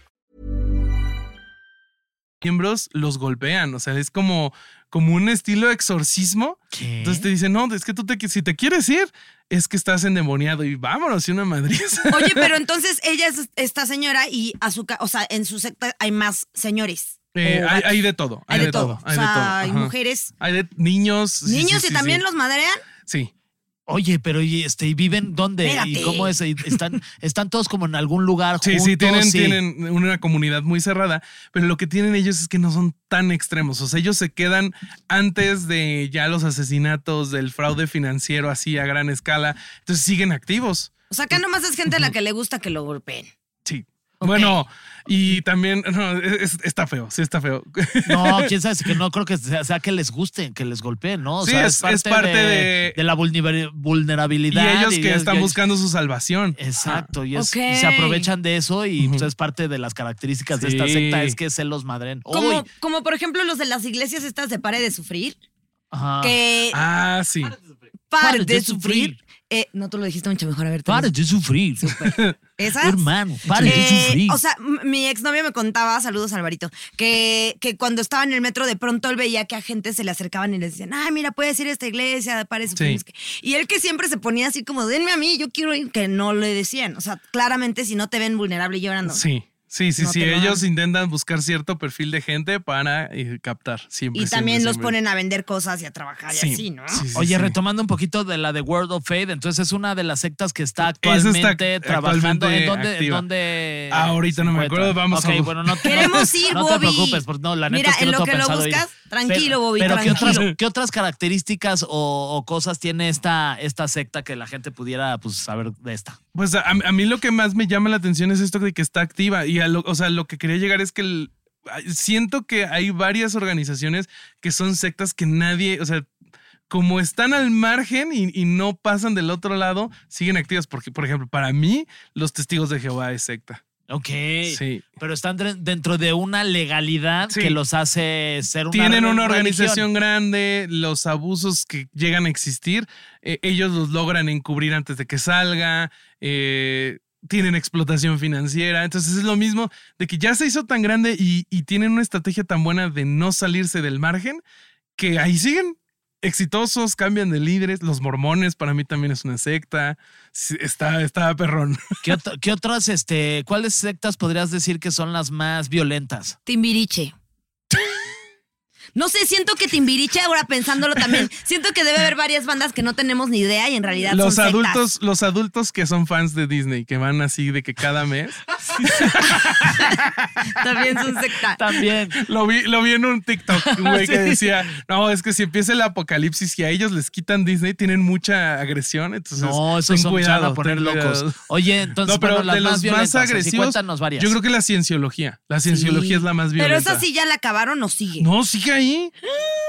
miembros los golpean. O sea, es como, como un estilo de exorcismo.
¿Qué?
Entonces te dicen, no, es que tú te, qui- si te quieres ir, es que estás endemoniado y vámonos y una madriza.
Oye, pero entonces ella es esta señora y a su, ca- o sea, en su secta hay más señores.
Eh,
O
hay,
gatos.
hay de todo, hay, de todo.
o
hay de todo,
sea, hay
ajá.
mujeres.
Hay de niños. sí,
Niños
sí,
y
sí,
también
sí.
los madrean.
Sí.
Oye, pero ¿y este, ¿y viven dónde? ¿Y
Espérate.
cómo es? ¿Y ¿Están, están todos como en algún lugar
Sí,
juntos?
sí, tienen, tienen una comunidad muy cerrada, pero lo que tienen ellos es que no son tan extremos. O sea, ellos se quedan antes de ya los asesinatos, del fraude financiero así a gran escala. Entonces siguen activos.
O sea, acá nomás es gente a la que le gusta que lo golpeen.
Sí.
Ok.
Bueno, y también, no, es- está feo, sí está feo.
No, quién sabe, si que no creo que sea, sea que les gusten, que les golpeen, ¿no? O
Sí,
sea,
es- es parte de-
de la vulnera-
Y
vulnerabilidad.
ellos que
es-
están buscando su salvación.
Exacto, y, es-
Ok.
y se aprovechan de eso y pues, es parte de las características de esta
Sí.
secta, es que se los madren.
Como,
Uy,
como por ejemplo los de las iglesias estas de pare de sufrir,
ajá.
que
Ah, sí.
pare de, sufrir. eh, no, tú lo dijiste mucho mejor, a ver. tú
Pare
dices.
de sufrir,
Esas.
hermano, pare de
Eh,
sufrir.
o sea, m- mi exnovia me contaba, saludos Alvarito, que, que cuando estaba en el metro de pronto él veía que a gente se le acercaban y le decían, ay, mira, puedes ir a esta iglesia, de pares.
Sí.
Y él que siempre se ponía así como, denme a mí, yo quiero ir, que no le decían. O sea, claramente si no te ven vulnerable y llorando.
Sí. Sí, sí,
No
sí.
te lo dan.
Ellos intentan buscar cierto perfil de gente para eh, captar siempre.
Y también
siempre,
los
siempre.
ponen a vender cosas y a trabajar y así, ¿no?
sí, sí,
Oye,
sí.
retomando un poquito de la de World of Faith, entonces es una de las sectas que está
Esa está
actualmente
actualmente
trabajando. ¿En dónde? en
activa.
dónde
Ah, ahorita
se
no me
encuentra?
acuerdo, vamos a
Ok,
bu-
bueno, no te,
Queremos
no,
ir,
no
Bobby.
te preocupes, porque no, la neta
Mira,
es que
en
no tengo
lo que lo
pensado ir.
buscas, tranquilo,
Pero-
Bobby,
Pero ¿qué,
tranquilo.
otras, qué otras características o, o cosas tiene esta, esta secta que la gente pudiera pues, saber de esta?
Pues a, a mí lo que más me llama la atención es esto de que está activa. Y a lo- o sea, lo que quería llegar es que el- siento que hay varias organizaciones que son sectas que nadie, o sea, como están al margen y, y no pasan del otro lado, siguen activas. Porque, por ejemplo, para mí, los testigos de Jehová es secta.
Ok.
Sí.
Pero están dre- dentro de una legalidad
Sí.
que los hace ser una
Tienen
re-
una
religión.
organización grande, los abusos que llegan a existir, eh, ellos los logran encubrir antes de que salga, eh, tienen explotación financiera, entonces es lo mismo de que ya se hizo tan grande y, y tienen una estrategia tan buena de no salirse del margen, que ahí siguen exitosos, cambian de líderes, los mormones para mí también es una secta, Sí, está, está perrón.
¿Qué, ot- qué otras, este, cuáles sectas podrías decir que son las más violentas?
Timbiriche. No sé, siento que Timbiriche, ahora pensándolo también, siento que debe haber varias bandas que no tenemos ni idea y en realidad
Los
son sectas.
adultos, los adultos que son fans de Disney, que van así de que cada mes.
también son sectas.
También.
Lo vi, lo vi en un TikTok, güey, que
Sí.
decía, no, es que si empieza el apocalipsis y a ellos les quitan Disney, tienen mucha agresión, entonces
No, esos
ten
son se van
cuidado,
a poner
ten
locos.
cuidado.
Oye, entonces,
no, pero
bueno, las
de los
más
más,
violentas. así,
agresivos,
cuéntanos varias.
yo creo que la cienciología, la cienciología es la más
Pero
violenta.
esa sí ya la acabaron o sigue.
No, sigue ahí.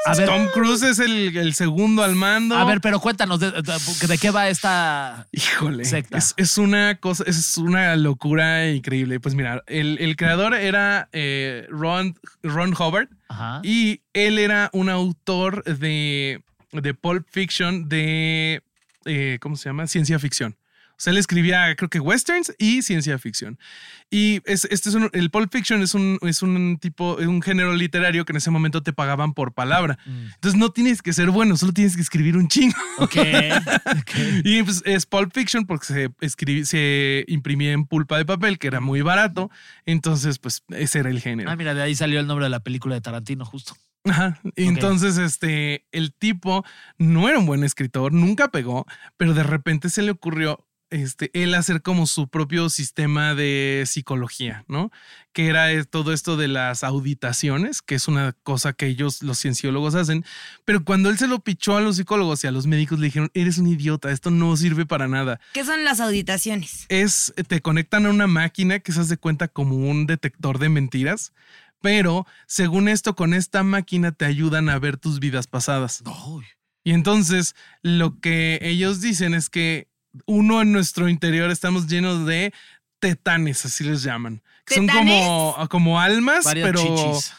A ver.
Tom Cruise es el, el segundo al mando.
A ver, pero cuéntanos, ¿de, de- de qué va esta...?
Híjole,
Secta.
es, es una cosa, es una locura increíble. Pues mira, el, el creador era eh, Ron, Ron Howard,
Ajá.
Y él era un autor de, de Pulp Fiction, de, eh, ¿cómo se llama? Ciencia ficción. O sea, él escribía, creo que westerns y ciencia ficción. Y es- este es un- el Pulp Fiction es un, es un tipo, es un género literario que en ese momento te pagaban por palabra. Entonces no tienes que ser bueno, solo tienes que escribir un chingo.
Mm. Ok.
Y pues, es Pulp Fiction porque se, escribí- se imprimía en pulpa de papel, que era muy barato. Entonces, pues ese era el género.
Ah, mira, de ahí salió el nombre de la película de Tarantino, justo.
Ajá. Y Entonces, este, el tipo no era un buen escritor, nunca pegó, pero de repente se le ocurrió este, él hacer como su propio sistema de psicología, ¿no? Que era eh, todo esto de las auditaciones, que es una cosa que ellos, los cienciólogos, hacen. Pero cuando él se lo pichó a los psicólogos y a los médicos, le dijeron, eres un idiota, esto no sirve para nada
¿Qué son las auditaciones?
es te conectan a una máquina que se hace cuenta como un detector de mentiras, pero según esto con esta máquina te ayudan a ver tus vidas pasadas. Y entonces lo que ellos dicen es que uno en nuestro interior estamos llenos de tetanes, así les llaman. que Son como, como almas,
Varias
pero
chichis.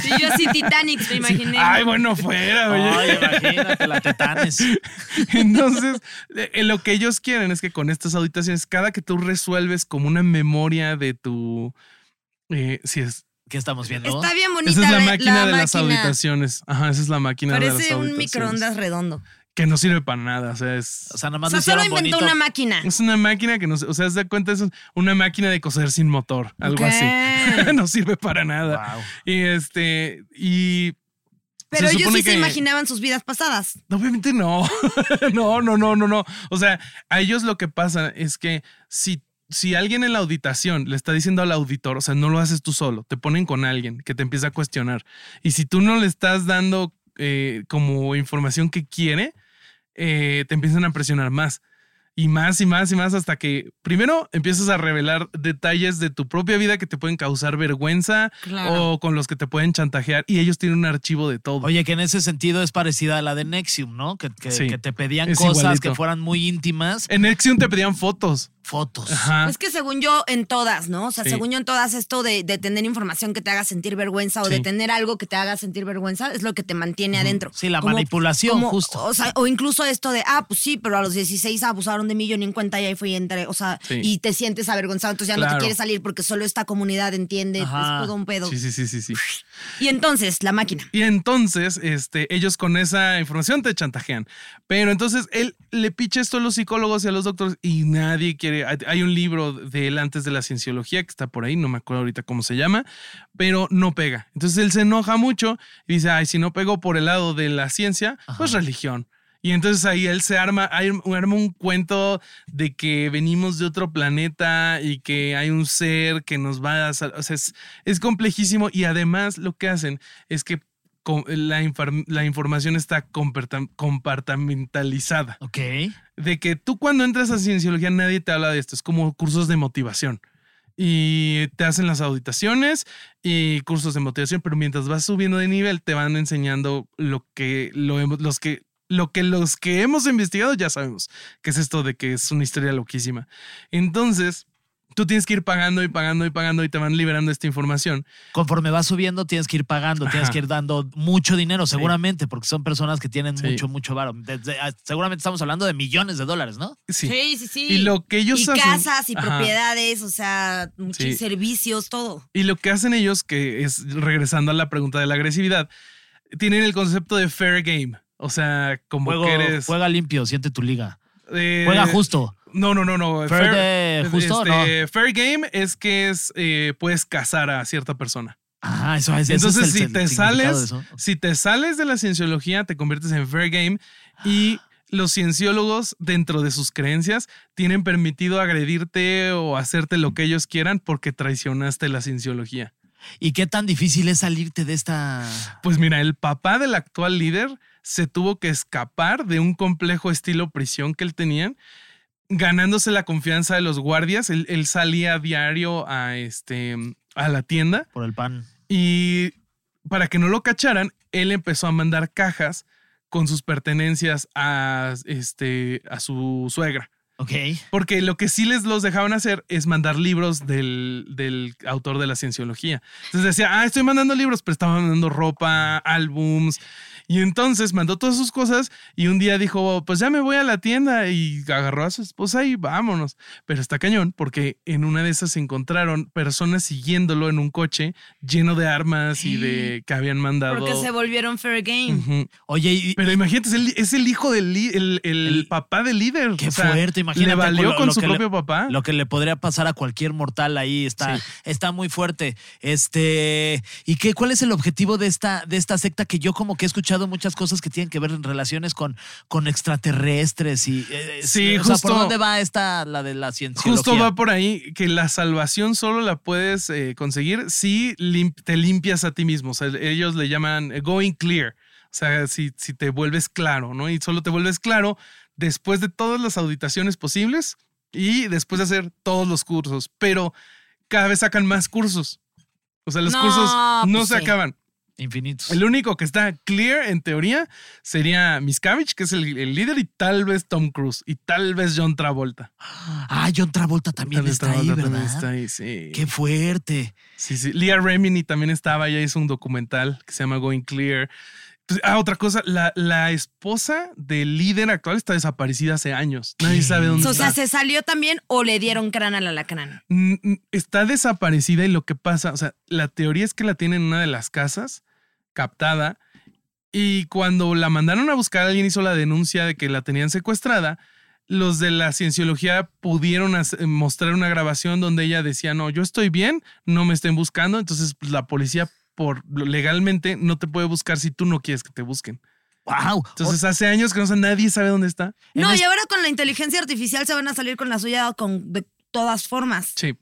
Sí, yo sí, Titanic, me imaginé.
Ay, bueno, fuera, oye.
Ay, imagínate, la tetanes.
Entonces, eh, lo que ellos quieren es que con estas auditaciones, cada que tú resuelves como una memoria de tu, eh, si es
¿Qué estamos viendo?
Está bien bonita.
Esa es la
ve-
máquina de las
máquina.
auditaciones. Ajá, esa es la máquina de las
Parece
auditaciones.
un microondas redondo.
Que no sirve para nada. O sea, es.
O sea, nada
O
más
sea,
lo
solo
hicieron
inventó
bonito.
una máquina.
Es una máquina que no se- O sea, se da cuenta, es una máquina de coser sin motor, algo así.
Ok.
no sirve para nada.
Wow.
Y este. Y.
Pero ellos
supone
sí se
que-
imaginaban sus vidas pasadas.
Obviamente no. no, no, no, no, no. O sea, a ellos lo que pasa es que si, si alguien en la auditación le está diciendo al auditor, o sea, no lo haces tú solo, te ponen con alguien que te empieza a cuestionar. Y si tú no le estás dando eh, como información que quiere, eh, te empiezan a presionar más. Y más y más y más hasta que primero empiezas a revelar detalles de tu propia vida que te pueden causar vergüenza
Claro.
o con los que te pueden chantajear y ellos tienen un archivo de todo.
Oye, que en ese sentido es parecida a la de Nexium, ¿no? Que, que-
Sí.
que te pedían
Es
cosas
igualito.
que fueran muy íntimas,
En Nexium te pedían fotos.
fotos.
Ajá.
Es que según yo, en todas, ¿no? O sea,
Sí.
según yo, en todas, esto de, de tener información que te haga sentir vergüenza o
Sí.
de tener algo que te haga sentir vergüenza es lo que te mantiene adentro.
Sí, la manipulación, justo.
O, sea, o incluso esto de, ah, pues sí, pero a los 16 abusaron de mí, yo ni en cuenta y ahí fui entre. O sea,
Sí.
y te sientes avergonzado, entonces ya no
Claro.
te quieres salir porque solo esta comunidad entiende.
Ajá.
Es todo un pedo.
Sí, sí, sí, sí, sí.
Y entonces, la máquina.
Y entonces, este, ellos con esa información te chantajean. Pero entonces él le picha esto a los psicólogos y a los doctores y nadie quiere. Hay- Hay un libro de él antes de la cienciología que está por ahí, no me acuerdo ahorita cómo se llama, pero no pega. Entonces él se enoja mucho y dice, ay, si no pego por el lado de la ciencia, pues religión. Y entonces ahí él se arma, hay- arma un cuento de que venimos de otro planeta y que hay un ser que nos va a... sal- O sea, es, es complejísimo y además lo que hacen es que co- la, infor- la información está compartam- compartamentalizada.
Ok.
De que tú cuando entras a cienciología nadie te habla de esto, es como cursos de motivación. Y te hacen las auditaciones y cursos de motivación, pero mientras vas subiendo de nivel te van enseñando lo que lo hemos- los que lo que los que hemos investigado ya sabemos, que es esto de que es una historia loquísima. Entonces, tú tienes que ir pagando y pagando y pagando y te van liberando esta información.
Conforme vas subiendo, tienes que ir pagando, tienes
Ajá.
que ir dando mucho dinero, seguramente, porque son personas que tienen
Sí.
mucho, mucho varo. Desde- ah, seguramente estamos hablando de millones de dólares, ¿no?
Sí.
Sí, sí, sí.
Y lo que ellos
Y
hacen-
casas y
Ajá.
propiedades, o sea, muchos
Sí.
servicios, todo.
Y lo que hacen ellos, que es regresando a la pregunta de la agresividad, tienen el concepto de fair game. O sea, como
Juego-
que eres.
juega limpio, siente tu liga.
eh,
Juega justo.
No, no, no, no.
Fair de justo,
este, Fair game es que es, eh, puedes cazar a cierta persona.
Ah, eso es. ese es
Entonces,
el-
si
el
te
significado de
sales,
eso.
si te sales de la cienciología, te conviertes en fair game y
Ah.
los cienciólogos, dentro de sus creencias, tienen permitido agredirte o hacerte lo que ellos quieran porque traicionaste la cienciología.
¿Y qué tan difícil es salirte de esta.
Pues mira, el papá del actual líder se tuvo que escapar de un complejo estilo prisión que él tenía, ganándose la confianza de los guardias. Él, él salía a diario a, este, a la tienda
por el pan?
y para que no lo cacharan, él empezó a mandar cajas con sus pertenencias a, este, a su suegra.
Ok.
Porque lo que sí les los dejaban hacer es mandar libros del, del autor de la cienciología. Entonces decía, ah, estoy mandando libros, pero estaba mandando ropa, álbums. Y entonces mandó todas sus cosas y un día dijo, pues ya me voy a la tienda y agarró a su esposa y vámonos. Pero está cañón porque en una de esas se encontraron personas siguiéndolo en un coche lleno de armas y de que habían mandado.
Porque se volvieron fair game.
Ujú.
Oye, y-
Pero imagínate, es el, es el hijo del li- el, el
El-
papá del líder.
Qué
O sea,
fuerte, imagínate.
Le valió
lo-
con
lo
su
que le-
propio papá.
Lo que le podría pasar a cualquier mortal ahí está, está muy fuerte. Este, ¿y qué, cuál es el objetivo de esta, de esta secta? Que yo como que he escuchado muchas cosas que tienen que ver en relaciones con, con extraterrestres y eh, es-
Sí,
o sea,
justo.
¿por dónde va esta la de la ciencia?
Justo va por ahí que la salvación solo la puedes eh, conseguir si lim- te limpias a ti mismo. O sea, ellos le llaman eh, going clear. O sea, si, si te vuelves claro, ¿no? Y solo te vuelves claro después de todas las auditaciones posibles y después de hacer todos los cursos. Pero cada vez sacan más cursos. O sea, los
No,
cursos no
pues
se
sí.
acaban.
infinitos.
El único que está clear en teoría sería Miscavige, que es el, el líder, y tal vez Tom Cruise, y tal vez John Travolta.
Ah, John Travolta también
Tal vez
está ahí,
Travolta
¿verdad?
también está ahí, sí.
Qué fuerte.
Sí, sí. Leah Remini también estaba, ya hizo un documental que se llama Going Clear. Ah, otra cosa, la, la esposa del líder actual está desaparecida hace años. Nadie sabe dónde
O
está.
sea, ¿se salió también o le dieron crán al alacrán?
Mm, mm, Está desaparecida y lo que pasa, o sea, la teoría es que la tienen en una de las casas captada y cuando la mandaron a buscar, alguien hizo la denuncia de que la tenían secuestrada. Los de la cienciología pudieron hacer- mostrar una grabación donde ella decía, no, yo estoy bien, no me estén buscando. Entonces, pues, la policía por legalmente no te puede buscar si tú no quieres que te busquen.
¡Wow!
Entonces, hace años que no sé, nadie sabe dónde está.
En
No,
es-
y ahora con la inteligencia artificial se van a salir con la suya con, de todas formas.
Sí.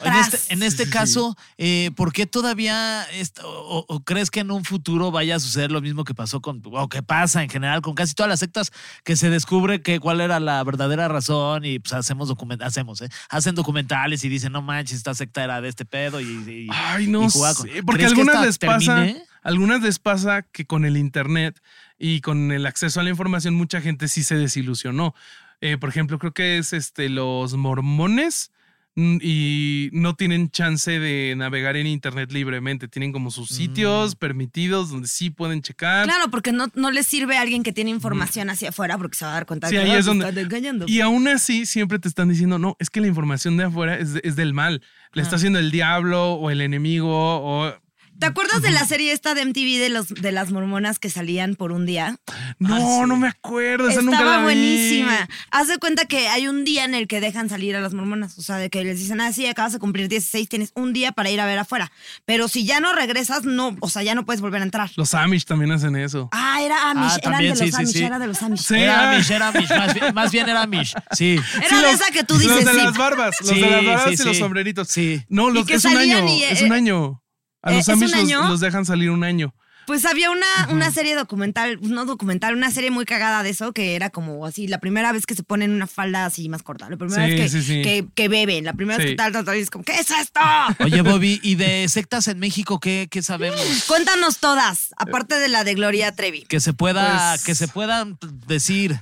En
Tras.
este, en este caso, eh, ¿por qué todavía est- o, o- o crees que en un futuro vaya a suceder lo mismo que pasó con, o que pasa en general con casi todas las sectas, que se descubre que cuál era la verdadera razón y pues hacemos, document hacemos eh, hacen documentales y dicen, no manches, esta secta era de este pedo y... y-
Ay, no
y jugaba con-
sé, porque
¿Crees que
algunas
esta
les pasa,
termine?
algunas les pasa que con el internet y con el acceso a la información mucha gente sí se desilusionó. Eh, por ejemplo, creo que es este los mormones mm, y no tienen chance de navegar en internet libremente, tienen como sus
Mm.
sitios permitidos donde sí pueden checar.
Claro, porque no, no le sirve a alguien que tiene información hacia afuera porque se va a dar cuenta
Sí,
de que
ahí
"Ah,
es
te
donde-
están engañando.
Y aún así siempre te están diciendo, no, es que la información de afuera es, es del mal, la está haciendo el diablo o el enemigo o...
¿Te acuerdas de la serie esta de MTV de, los, de las mormonas que salían por un día?
No,
sí.
no me acuerdo. esa nunca
Ah, Estaba
la vi".
buenísima. Haz de cuenta que hay un día en el que dejan salir a las mormonas. O sea, de que les dicen, ah, sí, acabas de cumplir 16, tienes un día para ir a ver afuera. Pero si ya no regresas, no, o sea, ya no puedes volver a entrar.
Los Amish también hacen eso.
Ah, era Amish,
Ah,
eran
también,
de
sí,
los
sí,
Amish,
sí.
era de los Amish.
Sí,
Era
ah.
Amish, era Amish, más bien, más bien era Amish, sí.
Era
Sí,
de
los-
esa que tú dices,
Los de
sí.
las barbas, los
Sí,
de las barbas
sí,
y
sí.
los sombreritos.
Sí.
No,
Y
los,
que
es un
salían
año.
y,
es un
eh,
año. A
eh,
los
¿es un
Amish los-
año?
Los, dejan salir un año.
Pues había una, una serie documental, no documental, una serie muy cagada de eso, que era como así, la primera vez que se ponen una falda así más corta, la primera
Sí,
vez que,
sí, sí.
que, que beben, la primera vez
Sí.
que tal, tal, tal, y es como, ¿qué es esto?
Oye, Bobby, ¿y de sectas en México qué, qué sabemos?
Cuéntanos todas, aparte de la de Gloria Trevi.
Que se pueda,
Pues-
que se puedan decir.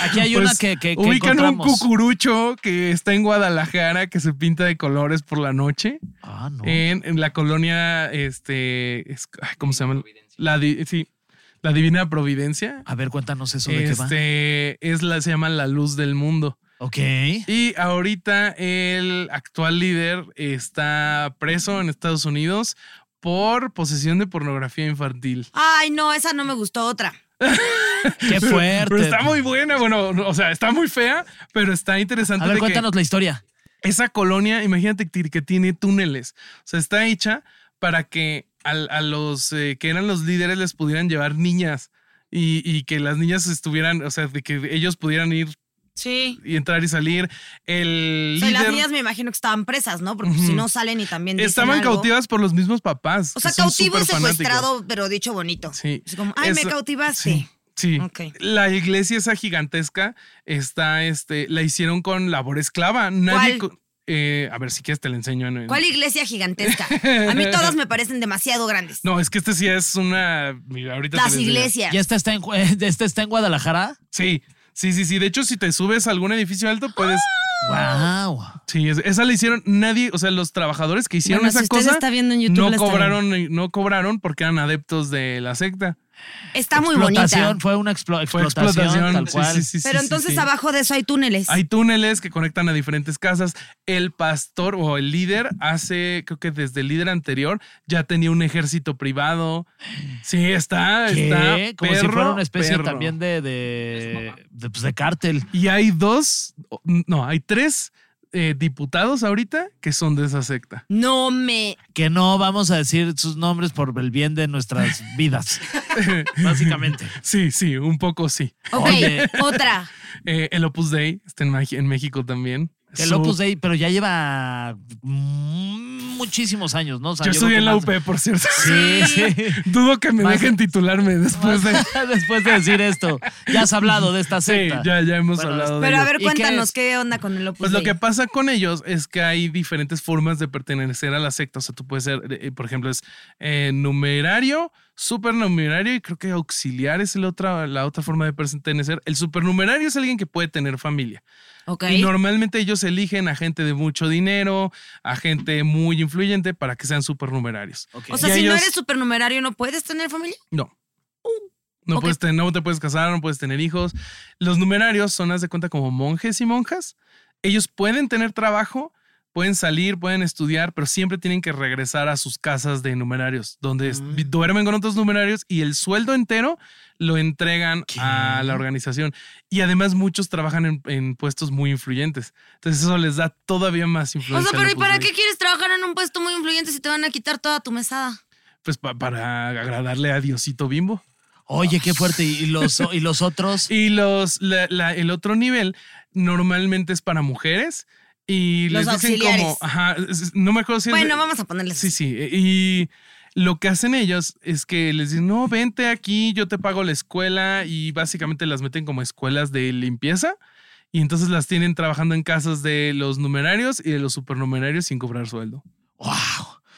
Aquí hay una
Pues,
que, que, que
ubican un
encontramos.
cucurucho que está en Guadalajara que se pinta de colores por la noche
Ah, no.
en, en la colonia este es- ay, ¿cómo se llama? La di- sí, la Divina Providencia.
A ver, cuéntanos eso de Ah, qué va.
Este es la se llama la luz del mundo.
Ok.
Y ahorita el actual líder está preso en Estados Unidos por posesión de pornografía infantil.
Ay, no, esa no me gustó, otra.
Qué fuerte.
Pero está muy buena, bueno, no, o sea, está muy fea, pero está interesante
A ver,
de que
cuéntanos la historia.
esa colonia, imagínate que que tiene túneles, o sea, está hecha para que al- a, los eh, que eran los líderes les pudieran llevar niñas y, y que las niñas estuvieran, o sea, de que ellos pudieran ir
Sí.
y entrar y salir. El
O sea, y las
líder-
niñas me imagino que estaban presas, ¿no? Porque pues,
Ujú.
si no salen y también dicen
Estaban
algo.
cautivas por los mismos papás.
O
que
sea,
son
cautivo y
superfanáticos.
secuestrado, pero dicho bonito.
Sí.
Es como, ay,
Eso-
me cautivaste.
Sí. sí.
Ok.
La iglesia esa gigantesca está, este, la hicieron con labor esclava. Nadie.
¿Cuál?
co- eh, a ver, si quieres te la enseño. en- en-
¿Cuál iglesia gigantesca? A mí todas me parecen demasiado grandes.
No, es que este sí es una. mira, ahorita te
Las
la enseño.
iglesias.
¿Y esta está en, esta está en Guadalajara?
Sí, sí, sí, sí. De hecho, si te subes a algún edificio alto, puedes.
Wow.
Sí, es- esa la hicieron nadie, o sea, los trabajadores que hicieron
Bueno,
esa
si usted
cosa
está viendo en YouTube, la
no
está
cobraron, no cobraron porque eran adeptos de la secta.
Está muy bonita.
Fue una explo-
Fue
explotación,
explotación.
tal
Sí,
cual.
sí, sí, sí,
Pero
sí,
entonces
sí.
abajo de eso hay túneles.
Hay túneles que conectan a diferentes casas. El pastor o el líder hace, creo que desde el líder anterior ya tenía un ejército privado. Sí, está,
¿Qué?
está.
Como si
perro,
fuera una especie
perro.
también de, de, de, pues, de cártel.
Y hay dos, o- no, hay tres eh, diputados ahorita que son de esa secta.
No me.
Que no vamos a decir sus nombres por el bien de nuestras vidas. Básicamente.
Sí, sí, un poco sí.
Ok,
Oye.
otra.
Eh, el Opus Dei está en, Mex- en México también.
El
Su-
Opus Dei, pero ya lleva mm, muchísimos años, ¿no? O sea,
Yo estudié
creo
en la
que
UP, por cierto.
más- Sí, sí.
Dudo que me
Más-
dejen titularme después de.
Después de decir esto, ya has hablado de esta
Sí,
secta.
ya, ya hemos
Bueno,
hablado de
Pero a
ellos.
ver,
¿Y qué
cuéntanos
es?
qué, onda con el Opus
Pues lo
Dei?
que pasa con ellos es que hay diferentes formas de pertenecer a la secta. O sea, tú puedes ser, eh, por ejemplo, es eh, numerario, supernumerario y creo que auxiliar es el otra, la otra forma de pertenecer. El supernumerario es alguien que puede tener familia.
Ok.
Y normalmente ellos eligen a gente de mucho dinero, a gente muy influyente para que sean supernumerarios.
Ok.
O sea,
y
si no
ellos-
eres supernumerario, ¿no puedes tener familia?
No. No,
Ok.
puedes te- no te puedes casar, no puedes tener hijos. Los numerarios son, haz de cuenta, como monjes y monjas. Ellos pueden tener trabajo, pueden salir, pueden estudiar, pero siempre tienen que regresar a sus casas de numerarios, donde es-
Mm.
duermen con otros numerarios y el sueldo entero lo entregan a la organización. Y además muchos trabajan en, en puestos muy influyentes. Entonces eso les da todavía más
O
influencia.
sea,
al
pero ¿y
Opus
para
Dei.
qué quieres trabajar en un puesto muy influyente si te van a quitar toda tu mesada?
Pues pa- para agradarle a Diosito Bimbo.
Oye, qué fuerte. ¿Y los, y los otros?
Y los la- la- el otro nivel normalmente es para mujeres y
Los
les dicen
auxiliares.
como, ajá, es- es- no me acuerdo si es-
Bueno, vamos a ponerles.
Sí, sí, eh, y lo que hacen ellos es que les dicen, "No, vente aquí, yo te pago la escuela" y básicamente las meten como escuelas de limpieza y entonces las tienen trabajando en casas de los numerarios y de los supernumerarios sin cobrar sueldo.
¡Wow!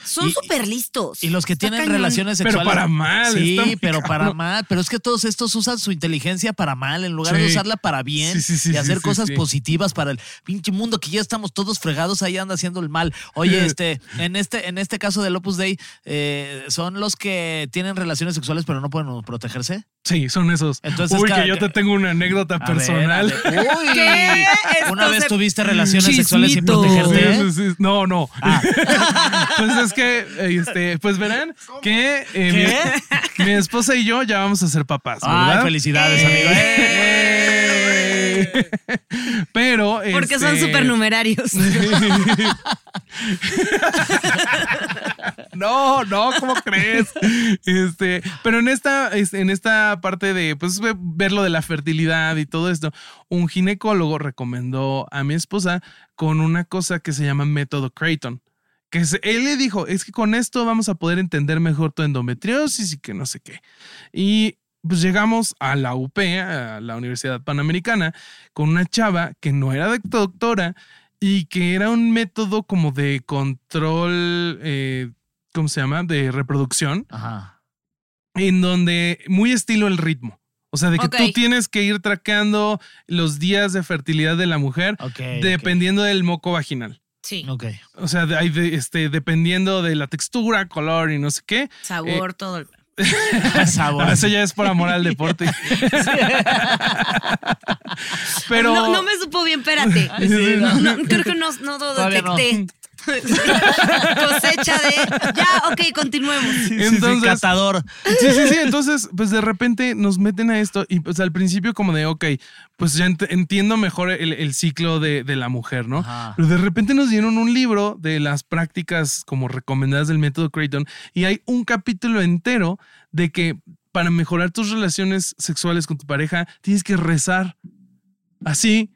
Son
Y-
súper listos.
Y los que
Está
tienen
cañón.
relaciones
Pero
sexuales.
para mal,
Sí,
está muy
pero para
cabrón.
mal. Pero es que todos estos usan su inteligencia para mal en lugar de
Sí.
usarla para bien
Sí, sí, sí,
y
sí,
hacer
sí,
cosas
sí.
positivas para el pinche mundo que ya estamos todos fregados ahí anda haciendo el mal.
Eh.
Oye, este, en este, en este caso del Opus Dei, eh, son los que tienen relaciones sexuales pero no pueden protegerse.
Sí, son esos.
Entonces,
Uy,
cada-
que yo te tengo una anécdota
A ver,
personal.
a ver. Uy,
¿Qué?
una
Esto
vez
se-
tuviste relaciones sexuales sin
Chismito.
Sí,
protegerte.
sí, sí. No, no. pues es que, eh, este, pues verán que eh, mi, mi esposa y yo ya vamos a ser papás,
Ay,
¿verdad?
felicidades, amigo.
Eh. Pero.
Porque son
este,
supernumerarios.
No, no, ¿cómo crees? Este, pero en esta, es- en esta parte de pues ve- ver lo de la fertilidad y todo esto, un ginecólogo recomendó a mi esposa con una cosa que se llama método Creighton. Que es- él le dijo, es que con esto vamos a poder entender mejor tu endometriosis y que no sé qué. Y pues llegamos a la UP, a la Universidad Panamericana, con una chava que no era doc- doctora y que era un método como de control, eh, ¿cómo se llama? De reproducción,
Ajá.
en donde muy estilo el ritmo. O sea, de que
Ok.
tú tienes que ir traqueando los días de fertilidad de la mujer
Ok.
dependiendo del moco vaginal.
Sí.
Ok. Ok.
O sea, de- hay de- este, dependiendo de la textura, color y no sé qué. Eh,
Sabor, todo. el-
Sabor.
No, eso ya es por amor al deporte. Pero
No, no me supo bien, espérate.
Sí,
No,
no.
no, creo que no, no lo
Todavía no.
detecté. Cosecha de. Ya, ok, continuemos.
Entonces,
Entonces-
catador.
Sí, sí, sí. Entonces, pues de repente nos meten a esto y pues al principio como de, ok, pues ya ent- entiendo mejor el, el ciclo de, de la mujer, ¿no?
Ajá.
Pero de repente nos dieron un libro de las prácticas como recomendadas del método Creighton y hay un capítulo entero de que para mejorar tus relaciones sexuales con tu pareja tienes que rezar así.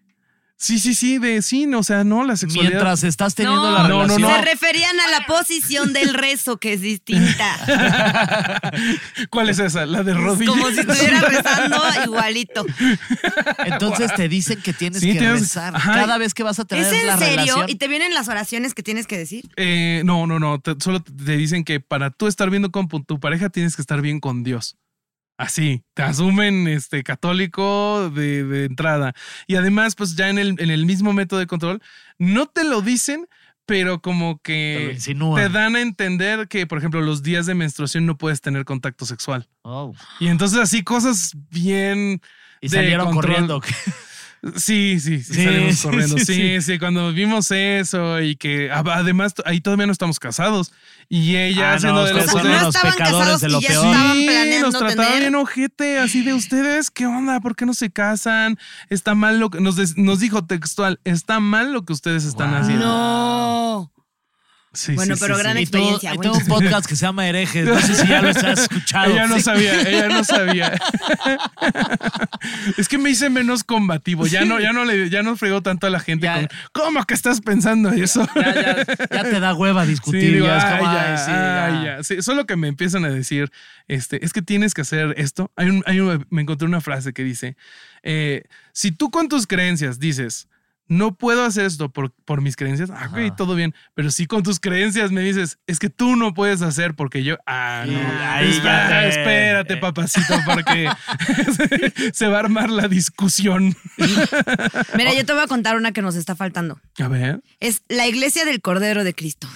Sí, sí, sí, de sí, no, o sea, no, la sexualidad.
Mientras estás teniendo
No,
la
no,
relación.
no.
Se referían a la posición del rezo, que es distinta.
¿Cuál es esa? La de
Es
rodillas.
Como si estuviera rezando igualito.
Entonces te dicen que tienes
Sí,
que
tienes-
rezar
ajá.
cada vez que vas a tener
¿Es en
la
serio?
relación.
¿Y te vienen las oraciones que tienes que decir?
Eh, no, no, no. te- solo te dicen que para tú estar viendo con pu- tu pareja tienes que estar bien con Dios. Así, te asumen este católico de, de entrada. Y además, pues ya en el, en el mismo método de control, no te lo dicen, pero como
Te lo
que
insinúan.
Eh, te dan a entender que, por ejemplo, los días de menstruación no puedes tener contacto sexual.
Oh.
Y entonces así cosas bien...
Y
de
salieron
control.
corriendo.
Sí, sí, sí,
Sí,
salimos
sí,
corriendo.
sí,
Sí
sí.
sí, cuando vimos eso y que a- además t- ahí todavía no estamos casados y ella
Ah,
haciendo
no,
de los
ustedes
Como
son
no
unos
estaban
pecadores
casados
de lo
y ya
peor.
estaban
Sí,
planeando
nos trataban
tener.
bien ojete, así de ustedes, ¿qué onda? ¿Por qué no se casan? Está mal lo que nos, des- nos dijo textual, está mal lo que ustedes están
Wow.
haciendo.
No.
Sí,
Bueno, pero gran
Y tú-
experiencia.
y
bueno.
tengo un podcast que se llama Herejes. No sé si ya lo has escuchado.
Ella no
Sí.
sabía, ella no sabía. es que me hice menos combativo, ya no, ya no le, ya no fregó tanto a la gente
Ya.
con, ¿cómo que estás pensando eso?
Ya, ya- ya te da hueva discutir.
digo,
ya es
"Ay,
como,
ya,
ay, sí,
ay,
ya".
ya". Sí, solo que me empiezan a decir, este, es que tienes que hacer esto. Hay un, hay un- me encontré una frase que dice, eh, si tú con tus creencias dices, no puedo hacer esto por, por mis creencias, ah, ok,
Ajá.
todo bien, pero si con tus creencias me dices, es que tú no puedes hacer porque yo, ah, no,
Ya, ahí
espera-
ya te-
espérate,
eh.
papacito, porque se va a armar la discusión.
Mira, yo te voy a contar una que nos está faltando.
A ver.
Es la Iglesia del Cordero de Cristo,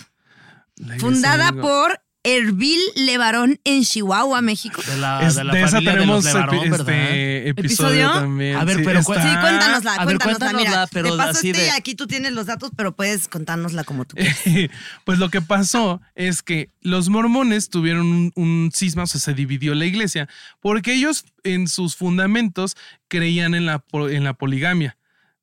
la iglesia
fundada
digo,
por Ervil Levarón en Chihuahua, México.
De la,
Es-
Ah, de la
de esa
familia de
tenemos
los Levarón,
epi-
¿verdad?
este
¿Episodio?
episodio también.
A ver, pero cuál-
Sí,
está-
cuéntanosla,
a ver,
cuéntanosla.
cuéntanosla,
mira,
pero
te paso
así
este
de-
y aquí tú tienes los datos, pero puedes contárnosla como tú quieras.
pues lo que pasó es que los mormones tuvieron un, un cisma, o sea, se dividió la iglesia, porque ellos en sus fundamentos creían en la, po- en la poligamia.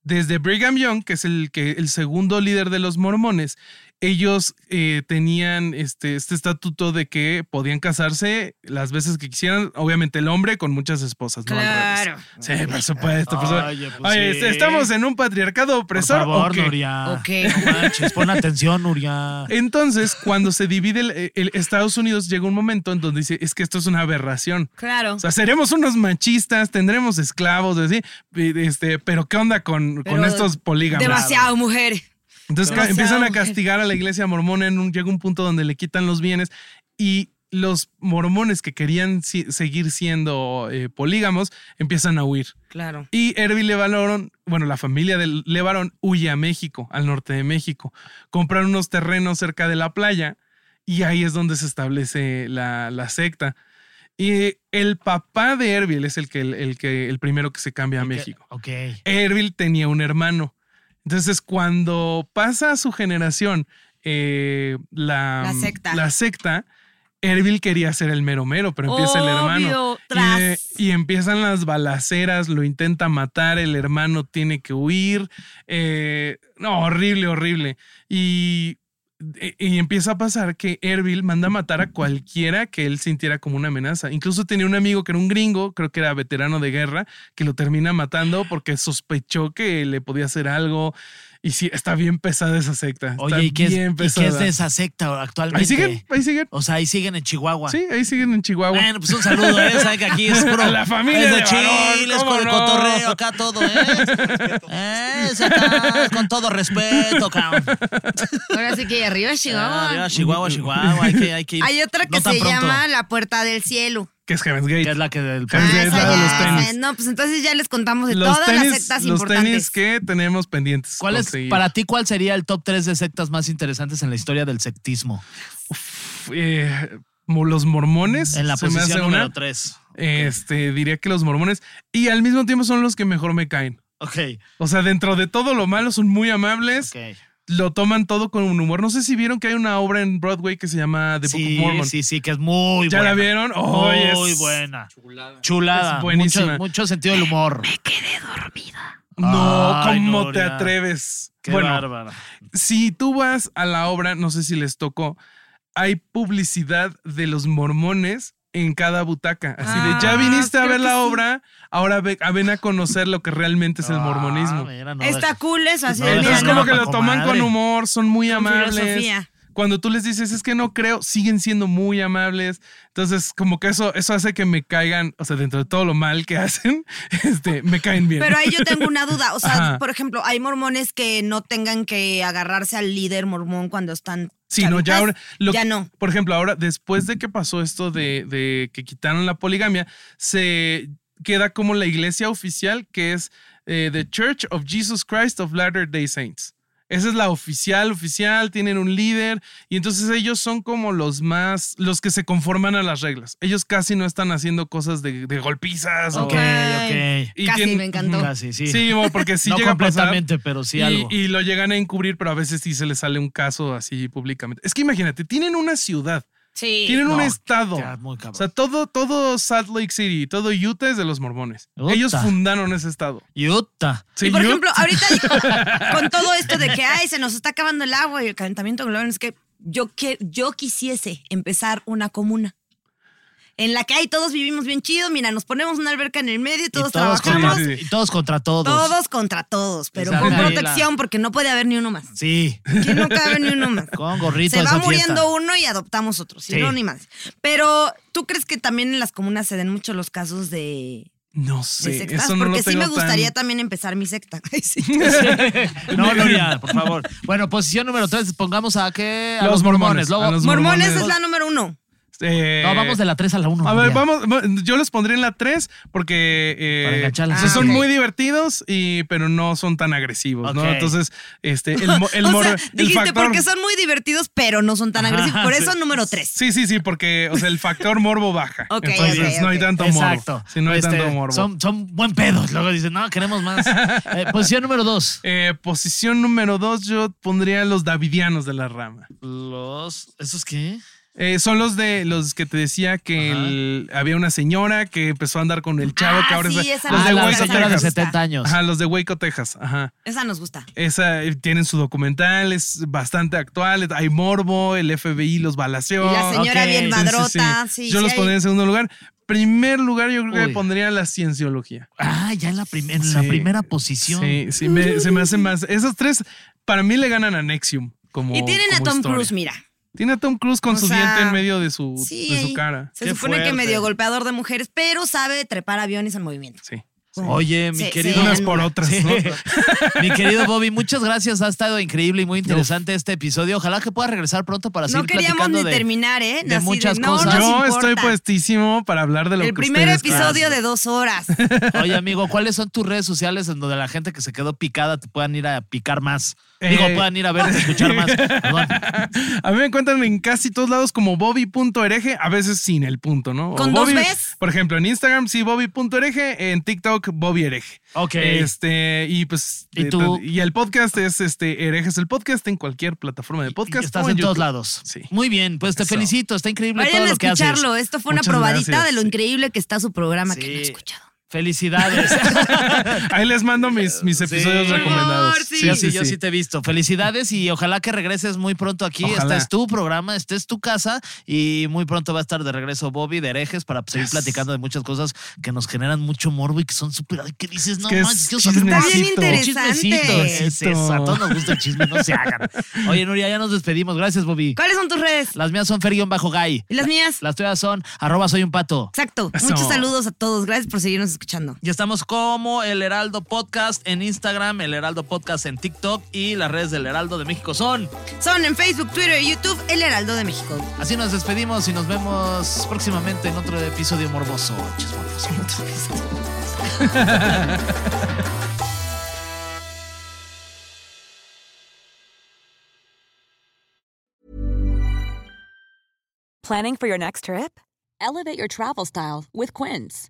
Desde Brigham Young, que es el, que, el segundo líder de los mormones, ellos eh, tenían este, este estatuto de que podían casarse las veces que quisieran, obviamente el hombre con muchas esposas. ¿no? Al revés. Sí, por supuesto. por supuesto.
Oye, pues
Oye,
sí.
estamos en un patriarcado
Por
opresor.
favor,
¿o qué?
Nuria.
Ok.
No manches, pon atención, Nuria.
Entonces, cuando se divide el, eh, el Estados Unidos, llega un momento en donde dice, es que esto es una aberración.
Claro.
O sea, seremos unos machistas, tendremos esclavos, así, este, pero ¿qué onda con, con
Pero
estos polígamos?
Demasiado, mujer.
Entonces ca-
Demasiado,
empiezan a
mujer.
castigar a la iglesia mormona. En un, llega un punto donde le quitan los bienes y los mormones que querían si- seguir siendo eh, polígamos empiezan a huir.
Claro.
Y Herbie Levarón, bueno, la familia de Levarón huye a México, al norte de México. Compran unos terrenos cerca de la playa y ahí es donde se establece la, la secta. Y el papá de Erbil es el, que, el, que, el primero que se cambia a México.
Ok.
Erbil tenía un hermano. Entonces, cuando pasa a su generación eh, la,
La secta.
la secta, Erbil quería ser el mero mero, pero empieza el hermano.
Obvio,
Y,
tras.
eh, Y, empiezan las balaceras, lo intenta matar, el hermano tiene que huir. eh, no, horrible, horrible. Y, y- y empieza a pasar que Erbil manda a matar a cualquiera que él sintiera como una amenaza. Incluso tenía un amigo que era un gringo, creo que era veterano de guerra, que lo termina matando porque sospechó que le podía hacer algo. Y sí, está bien pesada esa secta. está
Oye, ¿y qué, es,
bien
y qué es
pesada.
de esa secta actualmente?
Ahí siguen, ahí siguen.
O sea, ahí siguen en Chihuahua.
Sí, ahí siguen en Chihuahua.
Bueno, pues un saludo, ¿eh? Saben que aquí es puro.
La familia
es de,
de Barón,
Chile, es
¿cómo
con el
no?
cotorreo, acá todo, ¿eh? Eh, es acá, con todo respeto, cabrón.
Ahora sí que arriba,
Ah,
Chihuahua.
arriba, Chihuahua, Chihuahua, hay que, hay que ir.
Hay otra que
No tan
se
pronto,
llama La Puerta del Cielo.
que es Heaven's Gate.
Que es la que del
Ah,
Ah,
es
esa
la de
ya,
los tenis.
esa- No, pues entonces ya les contamos de
los
todas
tenis,
las sectas
los
importantes.
tenis que tenemos pendientes.
¿Cuál es,
conseguir.
para ti, cuál sería el top 3 de sectas más interesantes en la historia del sectismo?
Eh, mo- los mormones.
En la
se me
posición
hace
número
una.
3.
Este, diría que los mormones. Y al mismo tiempo son los que mejor me caen.
Ok,
O sea, dentro de todo lo malo, son muy amables.
ok.
Lo toman todo con un humor. No sé si vieron que hay una obra en Broadway que se llama The Book
Sí,
of Mormon.
sí, sí, que es muy
¿Ya
buena.
la vieron? Oh,
Muy
es-
buena. Chulada. Chulada.
Es buenísima.
Mucho, mucho sentido del humor.
No,
Ay,
¿cómo te
Nuria.
atreves?
Qué
bueno,
bárbara.
si tú vas a la obra, no sé si les tocó, hay publicidad de los mormones en cada butaca. Así
Ah,
de, ya viniste a
creo
ver
que
la
sí.
obra, ahora ve- a- ven a conocer lo que realmente es el mormonismo.
Ah, mira, no,
Está
deja-
cool eso, así
No,
de,
deja-
mira,
Entonces,
no,
como
no,
que lo
Paco,
toman
madre.
con humor, son muy
Con
amables.
filosofía.
Cuando tú les dices, es que no creo, siguen siendo muy amables. Entonces, como que eso, eso hace que me caigan, o sea, dentro de todo lo mal que hacen, este, me caen bien.
Pero ahí yo tengo una duda. O sea,
Ajá.
por ejemplo, hay mormones que no tengan que agarrarse al líder mormón cuando están.
Sí, no, ya
chavitas.
ahora. lo-
ya no.
Por ejemplo, ahora, después de que pasó esto de, de que quitaron la poligamia, se queda como la iglesia oficial que es eh, The Church of Jesus Christ of Latter Day Saints. Esa es la oficial, oficial, tienen un líder y entonces ellos son como los más, los que se conforman a las reglas. Ellos casi no están haciendo cosas de, de golpizas. o-
Ok,
Ok.
ok.
y
Casi,
tienen-
me encantó.
Ujú.
Casi, sí.
Sí, mo, porque sí
no
llega a pasar.
completamente, pero sí
y,
algo.
y lo llegan a encubrir, pero a veces sí se les sale un caso así públicamente. Es que imagínate, tienen una ciudad,
Sí.
tienen un
No,
estado.
ya, muy
O
cabrón.
sea, todo, todo Salt Lake City, todo Utah es de los mormones.
Utah.
Ellos fundaron ese estado.
Y uta.
Sí,
y por
Ut-
ejemplo, ahorita con todo esto de que ay, se nos está acabando el agua y el calentamiento global, es que yo, que yo quisiese empezar una comuna en la que ay, todos vivimos bien chido. Mira, nos ponemos una alberca en el medio y todos,
y todos
trabajamos.
contra,
Sí, sí.
y todos contra todos.
Todos contra todos, pero
Exacto.
con
Ahí la-
protección, porque no puede haber ni uno más.
Sí.
Aquí no cabe ni uno más.
Con gorrito
Se
esa
va
fiesta.
muriendo uno y adoptamos otro, si
Sí.
no, ni más. Pero, ¿tú crees que también en las comunas se den mucho los casos de,
no
de
sé,
sectas?
eso no lo
Porque sí
tengo
me gustaría
tan-
también empezar mi secta. Ay, sí.
No, Nuria, por favor. Bueno, posición número 3, pongamos a qué. A los,
Los mormones,
mormones. Luego,
a los
Mormones
Mormones.
es la número uno.
eh,
No, vamos de la 3 a la 1.
A ver, vamos, va- yo los pondría en la 3 porque eh,
Para engancharla.
o sea,
Ah,
son
ok.
muy divertidos, y, pero no son tan agresivos,
Ok.
¿no? Entonces, este, el, mo- el,
o
mor-
sea,
el
dijiste
factor-
porque son muy divertidos, pero no son tan
Ajá,
agresivos. Por
sí.
eso número tres.
Sí, sí, sí, porque o sea, el factor morbo baja.
Ok,
Entonces
ok,
no hay
ok.
tanto morbo.
Exacto.
Sí, no hay
Este,
tanto morbo.
Son, son buen pedos. Luego dicen, no, queremos más. Eh, posición número 2.
Eh, posición número 2 yo pondría los davidianos de la rama.
Los. ¿Esos qué?
Eh, son los de los que te decía que
Ajá.
el- había una señora que empezó a andar con el chavo
Ah,
que ahora
sí,
es
esa
los
no
de
la
la
Waco,
señora de
Texas.
70 años.
Ajá, los de Waco, Texas. Ajá.
Esa nos gusta.
Esa eh, tienen su documental, es bastante actual. Hay morbo, el FBI los balació.
Y la señora
ok.
bien
Sí, sí, sí.
madrota. Sí,
yo
sí
los
hay-
pondría en segundo lugar. Primer lugar, yo creo
Uy.
que pondría la cienciología.
Ah, ya en la, prim- en la
Sí.
primera posición.
Sí, sí, me- se me hacen más. Esas tres, para mí, le ganan a Nexium. Como,
Y tienen a
como
Tom
historia.
Cruise, mira.
Tiene a Tom Cruise con
O
su
sea,
diente en medio de su,
Sí,
de su
ahí.
cara.
Se
Qué
supone
fuerte.
que medio golpeador de mujeres, pero sabe trepar aviones en movimiento.
Sí.
Oye, mi
Sí,
querido.
sí.
Unas por otras,
Sí.
¿no?
Mi querido Bobby, muchas gracias. Ha estado increíble y muy interesante este episodio. Ojalá que puedas regresar pronto para
No
seguir
queríamos
platicando
ni
de,
terminar, ¿eh?
de
Así
muchas
no
cosas.
nos
Yo estoy pues,
importa.
puestísimo para hablar de lo
El
que
primer
ustedes
episodio
quieran.
de dos horas.
Oye, amigo, ¿cuáles son tus redes sociales en donde la gente que se quedó picada te puedan ir a picar más? Digo,
Eh.
puedan ir a ver, escuchar más. Perdón.
A mí me encuentran en casi todos lados como bobby.hereje, a veces sin el punto, ¿no? O
¿Con dos
Bobby-
Bs?
Por ejemplo, en Instagram sí bobby.hereje, en TikTok bobby hereje.
Ok.
Este, y pues
¿Y
eh,
tú?
y el podcast es este herejes el podcast en cualquier plataforma de podcast.
Estás
o
en todos
YouTube.
lados.
Sí.
Muy bien, pues te
Eso.
felicito. Está increíble
Vayan
todo
a
lo que haces.
escucharlo. ¿eh? Esto fue una
Muchas
probadita
gracias,
de lo
sí.
increíble que está su programa que no he
Sí.
escuchado.
Felicidades.
Ahí les mando mis, mis episodios
Por
recomendados.
favor, sí.
Yo sí, yo sí te he visto. Felicidades y ojalá que regreses muy pronto aquí. Este
Ojalá.
es tu programa, este es tu casa y muy pronto va a estar de regreso Bobby de herejes para seguir platicando de muchas cosas que nos generan mucho morbo y que son súper. ay, ¿Qué dices? No,
que es
manches, quiero
chismecito.
más.
Está bien interesante.
Chismecito, es eso, A
Chismecito.
todos nos gusta el chisme, no se hagan. Oye, Nuria, ya nos despedimos. Gracias, Bobby.
¿Cuáles son tus redes?
Las mías son Fer-Gay.
¿Y las mías?
Las tuyas son arroba soy un pato.
Exacto.
Eso.
Muchos saludos a todos. Gracias por seguirnos escuchando.
Y estamos como El Heraldo Podcast en Instagram, El Heraldo Podcast en TikTok y las redes del Heraldo de México son
Son en Facebook, Twitter y YouTube El Heraldo de México.
Así nos despedimos y nos vemos próximamente en otro episodio morboso. Chis, morboso.
Planning for your next trip? Elevate your travel style with Quince.